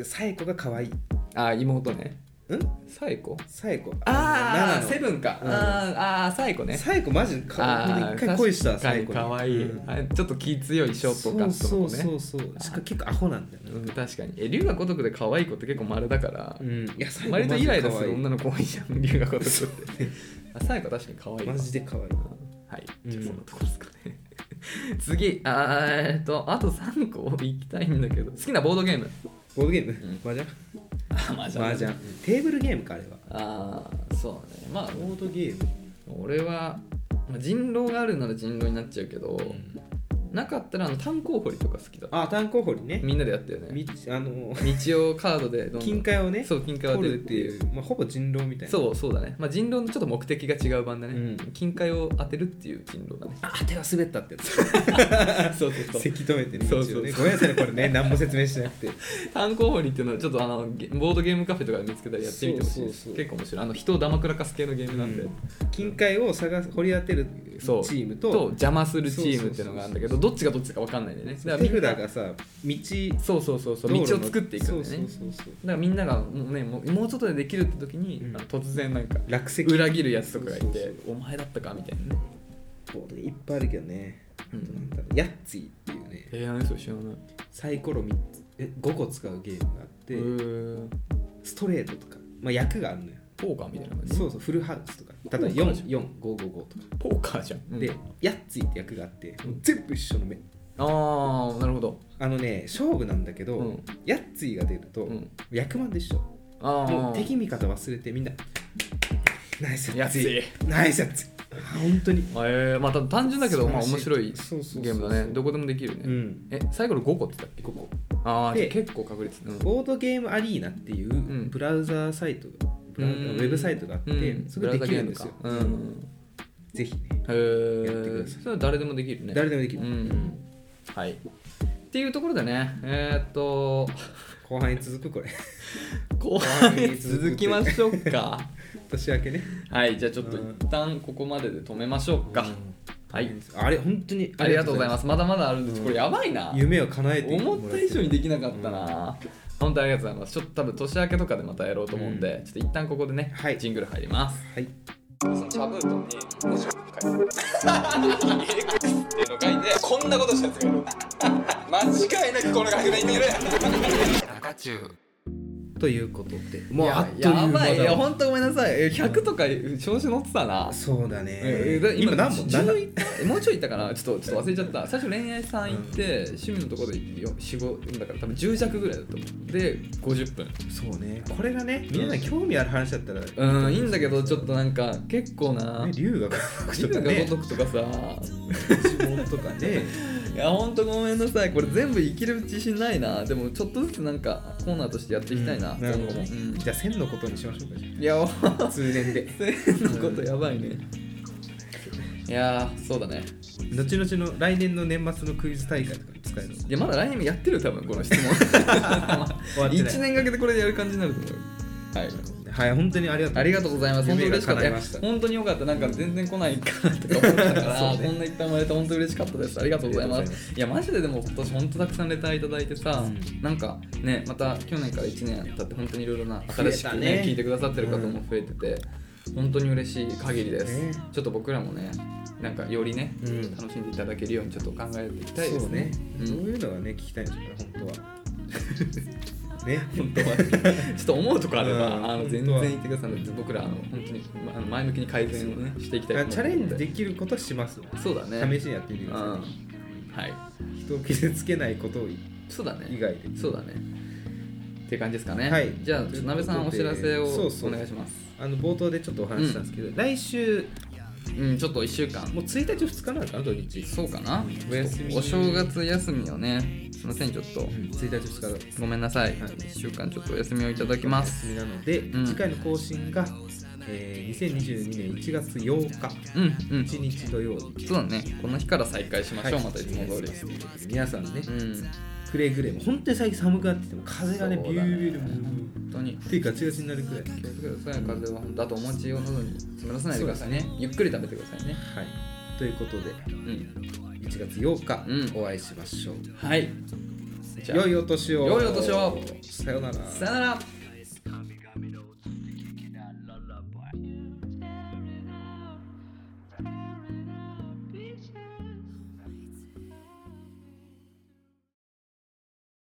[SPEAKER 1] サエコが可愛いん
[SPEAKER 2] あ妹ねサエコ
[SPEAKER 1] サエコ
[SPEAKER 2] ああセ
[SPEAKER 1] ン
[SPEAKER 2] ブンか、
[SPEAKER 1] うん
[SPEAKER 2] あーあーサエコね
[SPEAKER 1] サエコマジで可愛い
[SPEAKER 2] あー
[SPEAKER 1] 一回恋した
[SPEAKER 2] 確か
[SPEAKER 1] サエ
[SPEAKER 2] に
[SPEAKER 1] コ
[SPEAKER 2] かわいい、
[SPEAKER 1] うん
[SPEAKER 2] あれちょっと気強いショートカ
[SPEAKER 1] そう
[SPEAKER 2] ット
[SPEAKER 1] そ
[SPEAKER 2] の
[SPEAKER 1] う
[SPEAKER 2] 子ね
[SPEAKER 1] そうそうしかも結構アホなんだよね
[SPEAKER 2] うん確かにえ龍が如くで可愛い子って結構丸だから、
[SPEAKER 1] うんいやサエコマ
[SPEAKER 2] 割
[SPEAKER 1] ジ
[SPEAKER 2] と
[SPEAKER 1] で
[SPEAKER 2] イライラ
[SPEAKER 1] 可
[SPEAKER 2] す
[SPEAKER 1] 愛い
[SPEAKER 2] る女の子多いじゃん龍が如くってあサエコ確かに可愛いわ
[SPEAKER 1] マジで可愛い
[SPEAKER 2] はい、
[SPEAKER 1] うん
[SPEAKER 2] じゃあそんなとこですかね 次あーえっとあと3個いきたいんだけど好きなボードゲーム
[SPEAKER 1] ボードゲーム
[SPEAKER 2] ん
[SPEAKER 1] 麻雀
[SPEAKER 2] あマ
[SPEAKER 1] 麻雀テーブルゲームかあれは
[SPEAKER 2] ああそうねまあ
[SPEAKER 1] ボードゲーム
[SPEAKER 2] 俺はまあ人狼があるなら人狼になっちゃうけど、なかったらあの炭鉱掘りとか好きだ
[SPEAKER 1] あ炭鉱掘りね
[SPEAKER 2] みんなでやったよね
[SPEAKER 1] みあの
[SPEAKER 2] 道をカードでどんどん
[SPEAKER 1] 金塊をね
[SPEAKER 2] そう金塊を
[SPEAKER 1] 掘
[SPEAKER 2] 当て
[SPEAKER 1] る
[SPEAKER 2] る
[SPEAKER 1] っ
[SPEAKER 2] ってて
[SPEAKER 1] い
[SPEAKER 2] いう
[SPEAKER 1] うまあほぼ人狼みたいな
[SPEAKER 2] そうそうだね、まあ、人狼のちょっと目的が違う版だね、
[SPEAKER 1] うん
[SPEAKER 2] 金塊を当てるっていう人狼だね
[SPEAKER 1] あ手が滑ったってやつ
[SPEAKER 2] そうそう
[SPEAKER 1] せき止めてね
[SPEAKER 2] そう
[SPEAKER 1] 一応ね
[SPEAKER 2] そう
[SPEAKER 1] ごめんなさいねこれね何も説明しなくて
[SPEAKER 2] 炭鉱掘りっていうのはちょっとあのゲボードゲームカフェとかで見つけたらやってみてほし
[SPEAKER 1] そう
[SPEAKER 2] いです
[SPEAKER 1] そうそう
[SPEAKER 2] 結構面白いあの人をだまくらかす系のゲームなんで、
[SPEAKER 1] うん金塊を探す掘り当てるチ
[SPEAKER 2] そう
[SPEAKER 1] ーム
[SPEAKER 2] と
[SPEAKER 1] と
[SPEAKER 2] 邪魔するチームっていうのがあるんだけどどっちがどっちか分かんないんでねだから
[SPEAKER 1] 手
[SPEAKER 2] みん
[SPEAKER 1] 札
[SPEAKER 2] な
[SPEAKER 1] がさ道
[SPEAKER 2] そうそうそうそう
[SPEAKER 1] 道路
[SPEAKER 2] 道
[SPEAKER 1] の
[SPEAKER 2] を作っていくんだよね
[SPEAKER 1] そうそうそうそう
[SPEAKER 2] だからみんながもう,、ね、もうもうちょっとでできるって時に、
[SPEAKER 1] うん
[SPEAKER 2] あの突然なんか
[SPEAKER 1] 落石
[SPEAKER 2] 裏切るやつとかがいて
[SPEAKER 1] そうそう
[SPEAKER 2] お前だったかみたいなね
[SPEAKER 1] ボードいっぱいあるけどねあと
[SPEAKER 2] うん
[SPEAKER 1] なんだろうヤッツィっていうね
[SPEAKER 2] えー、何それ知らない
[SPEAKER 1] サイコロ3つえ5個使うゲームがあって
[SPEAKER 2] で
[SPEAKER 1] ストレートとかまあ役があるのよ
[SPEAKER 2] ポーカーみたいな感じ
[SPEAKER 1] そうそうフルハウスとか例えば44555とか
[SPEAKER 2] ポーカーじゃん、
[SPEAKER 1] で
[SPEAKER 2] うん
[SPEAKER 1] ヤッツィって役があってもう全部一緒の目
[SPEAKER 2] ああなるほど
[SPEAKER 1] あのね勝負なんだけ
[SPEAKER 2] う
[SPEAKER 1] ど
[SPEAKER 2] ん
[SPEAKER 1] ヤッツィが出ると
[SPEAKER 2] うん
[SPEAKER 1] 役満で一緒
[SPEAKER 2] あ
[SPEAKER 1] も
[SPEAKER 2] あ
[SPEAKER 1] う敵味方忘れてみんなナイス
[SPEAKER 2] や
[SPEAKER 1] や
[SPEAKER 2] っ
[SPEAKER 1] つ
[SPEAKER 2] つい
[SPEAKER 1] ナイスやつあ本当に
[SPEAKER 2] えー、まあた単純だけど、まあ、
[SPEAKER 1] 素
[SPEAKER 2] 面
[SPEAKER 1] 晴ら
[SPEAKER 2] 白
[SPEAKER 1] しい
[SPEAKER 2] いゲ
[SPEAKER 1] そうそうそうそう
[SPEAKER 2] ームだねどこでもできるね、
[SPEAKER 1] うん
[SPEAKER 2] え最後の5個って言ったっけ
[SPEAKER 1] ここ
[SPEAKER 2] ああ
[SPEAKER 1] で
[SPEAKER 2] 結構確率、うん、
[SPEAKER 1] ボードゲームアリーナっていうんブラウザサイトがブラウザ
[SPEAKER 2] うん
[SPEAKER 1] ウェブサイトがあって
[SPEAKER 2] うん
[SPEAKER 1] そこでできるんですよ
[SPEAKER 2] ブラウザゲームかうん
[SPEAKER 1] ぜひね
[SPEAKER 2] へ
[SPEAKER 1] やってくだ
[SPEAKER 2] え
[SPEAKER 1] さい
[SPEAKER 2] それは誰でもできるね
[SPEAKER 1] 誰でもできる
[SPEAKER 2] うんはいっていうところでねえーっと
[SPEAKER 1] 後半に続くこれ
[SPEAKER 2] 後
[SPEAKER 1] 半
[SPEAKER 2] 半
[SPEAKER 1] に
[SPEAKER 2] に
[SPEAKER 1] 続
[SPEAKER 2] 続
[SPEAKER 1] き
[SPEAKER 2] き
[SPEAKER 1] ま
[SPEAKER 2] ましょうか
[SPEAKER 1] 年明けね
[SPEAKER 2] はいじゃあちょっと一旦ここまでで止めましょうか、はい
[SPEAKER 1] あれ本当に
[SPEAKER 2] ありがとうござい
[SPEAKER 1] す
[SPEAKER 2] ますまだまだあるんです、
[SPEAKER 1] うん
[SPEAKER 2] これやばいな
[SPEAKER 1] 夢を叶えて
[SPEAKER 2] 思った以上にできなかった
[SPEAKER 1] うん
[SPEAKER 2] な、本当にありがとうございますちょっと多分年明けとかでまたやろうと思うんで、ちょっと一旦ここでね、
[SPEAKER 1] はい
[SPEAKER 2] ジングル入ります
[SPEAKER 1] はい
[SPEAKER 2] チャブートに文字を書いて AX っていうの書いてこんなことしたやつがいる間違いなくこの学年にいる中中
[SPEAKER 1] ということで
[SPEAKER 2] も
[SPEAKER 1] も
[SPEAKER 2] う
[SPEAKER 1] う
[SPEAKER 2] あ
[SPEAKER 1] あ
[SPEAKER 2] っ
[SPEAKER 1] っと
[SPEAKER 2] という間だやばいいや
[SPEAKER 1] いう間だ
[SPEAKER 2] 本当ごめんなさいえ100とか調子乗ってたな
[SPEAKER 1] そうだね
[SPEAKER 2] えーだ
[SPEAKER 1] 今何本
[SPEAKER 2] 10
[SPEAKER 1] 7
[SPEAKER 2] いったえもうちょいいったかな ちょっとちょっと忘れちゃった最初恋愛さん行って、趣味のところで45だから多分10弱ぐらいだと思うで50分
[SPEAKER 1] そうねこれがねみんな興味ある話だったら
[SPEAKER 2] うんいいんだけどちょっとなんか結構な
[SPEAKER 1] ね龍が如
[SPEAKER 2] 自分
[SPEAKER 1] く
[SPEAKER 2] が
[SPEAKER 1] ね
[SPEAKER 2] 如くとかさ
[SPEAKER 1] 指紋とかね
[SPEAKER 2] いやほんとごめんなさいこれ全部生きる自信ないなでもちょっとずつなんかコーナーとしてやっていきたいな、
[SPEAKER 1] なるほど
[SPEAKER 2] 今後もうん
[SPEAKER 1] じゃあ1000のことにしましょうかじ
[SPEAKER 2] いや
[SPEAKER 1] ゃあ通年で
[SPEAKER 2] のことやばいねいやーそうだね
[SPEAKER 1] 後々の来年の年末のクイズ大会とかに使える
[SPEAKER 2] いやまだ来年もやってるよ多分この質 問
[SPEAKER 1] 終わってない
[SPEAKER 2] 1年かけてこれでやる感じになると思うはい
[SPEAKER 1] はい本当にありがとう
[SPEAKER 2] ありがとうございます。本当に嬉しかった。い
[SPEAKER 1] 夢が叶い
[SPEAKER 2] や
[SPEAKER 1] ました
[SPEAKER 2] 本当に良かった。 なんか全然来ないかなとか思ってたから、
[SPEAKER 1] そうね
[SPEAKER 2] こんないっぱい生まれて本当に嬉しかったです。ありがとうござい
[SPEAKER 1] あ
[SPEAKER 2] ま
[SPEAKER 1] り
[SPEAKER 2] す
[SPEAKER 1] がとう。
[SPEAKER 2] いや、マジででも今年本当たくさんレターいただいてさ、
[SPEAKER 1] うん
[SPEAKER 2] なんかね、また去年から1年経って本当にいろいろな新しくね
[SPEAKER 1] 増えたね
[SPEAKER 2] 聞いてくださってる方も増えてて、本当に嬉しい限りです。
[SPEAKER 1] ね
[SPEAKER 2] ちょっと僕らもね、なんかよりね、
[SPEAKER 1] うん
[SPEAKER 2] 楽しんでいただけるようにちょっと考えていきたいで
[SPEAKER 1] そ
[SPEAKER 2] す
[SPEAKER 1] うね
[SPEAKER 2] ね。
[SPEAKER 1] そう
[SPEAKER 2] うん
[SPEAKER 1] いうのがね聞きたいんですよ本 当はね
[SPEAKER 2] 本当は ちょっと思うとこあれば、
[SPEAKER 1] うん
[SPEAKER 2] あの
[SPEAKER 1] 本
[SPEAKER 2] 全然
[SPEAKER 1] 当は
[SPEAKER 2] 言ってください僕らあの本当にまあの前向きに改善をねしていきたいと思う
[SPEAKER 1] チャレンジできることはします
[SPEAKER 2] そうだね
[SPEAKER 1] 試しにやってみて
[SPEAKER 2] う
[SPEAKER 1] く
[SPEAKER 2] ん
[SPEAKER 1] ださ
[SPEAKER 2] はい
[SPEAKER 1] い人を傷つけないこと
[SPEAKER 2] そうだ
[SPEAKER 1] 以
[SPEAKER 2] ね
[SPEAKER 1] 外で
[SPEAKER 2] そうだねっていう感じですかね
[SPEAKER 1] はい
[SPEAKER 2] じゃあちょっと鍋さんお知らせを
[SPEAKER 1] そうそう
[SPEAKER 2] お願いします
[SPEAKER 1] あの冒頭でちょっとお話ししたんですけど、来週
[SPEAKER 2] うんちょっと1週間
[SPEAKER 1] もう1日2日なのかな土日
[SPEAKER 2] そうかな
[SPEAKER 1] お休み
[SPEAKER 2] お正月休みをねすいませんちょっと
[SPEAKER 1] うん1日2日
[SPEAKER 2] ごめんなさい
[SPEAKER 1] はい
[SPEAKER 2] 1週間ちょっとお休みをいただきます
[SPEAKER 1] お休みなので、
[SPEAKER 2] ん
[SPEAKER 1] 次回の更新が、ええー2022年1月8日
[SPEAKER 2] うんうん
[SPEAKER 1] 1日土曜日
[SPEAKER 2] そうだねこの日から再開しましょう、
[SPEAKER 1] はい
[SPEAKER 2] またいつも通り
[SPEAKER 1] 皆さんね、
[SPEAKER 2] うん
[SPEAKER 1] くれぐれも本当に最近寒くなってきても風がね
[SPEAKER 2] そう
[SPEAKER 1] ビュ
[SPEAKER 2] だね
[SPEAKER 1] ービュービュービュー
[SPEAKER 2] 本当に
[SPEAKER 1] 手ガチガチになるくらい
[SPEAKER 2] 気をつけてください風は本当あとお餅を喉に詰まらせないでくださいねゆっくり食べてくださいね
[SPEAKER 1] はいということで
[SPEAKER 2] うん
[SPEAKER 1] 1月8日
[SPEAKER 2] うん
[SPEAKER 1] お会いしましょう、
[SPEAKER 2] はいじゃあ
[SPEAKER 1] 良いお年を
[SPEAKER 2] 良いお年を
[SPEAKER 1] さよなら
[SPEAKER 2] さよなら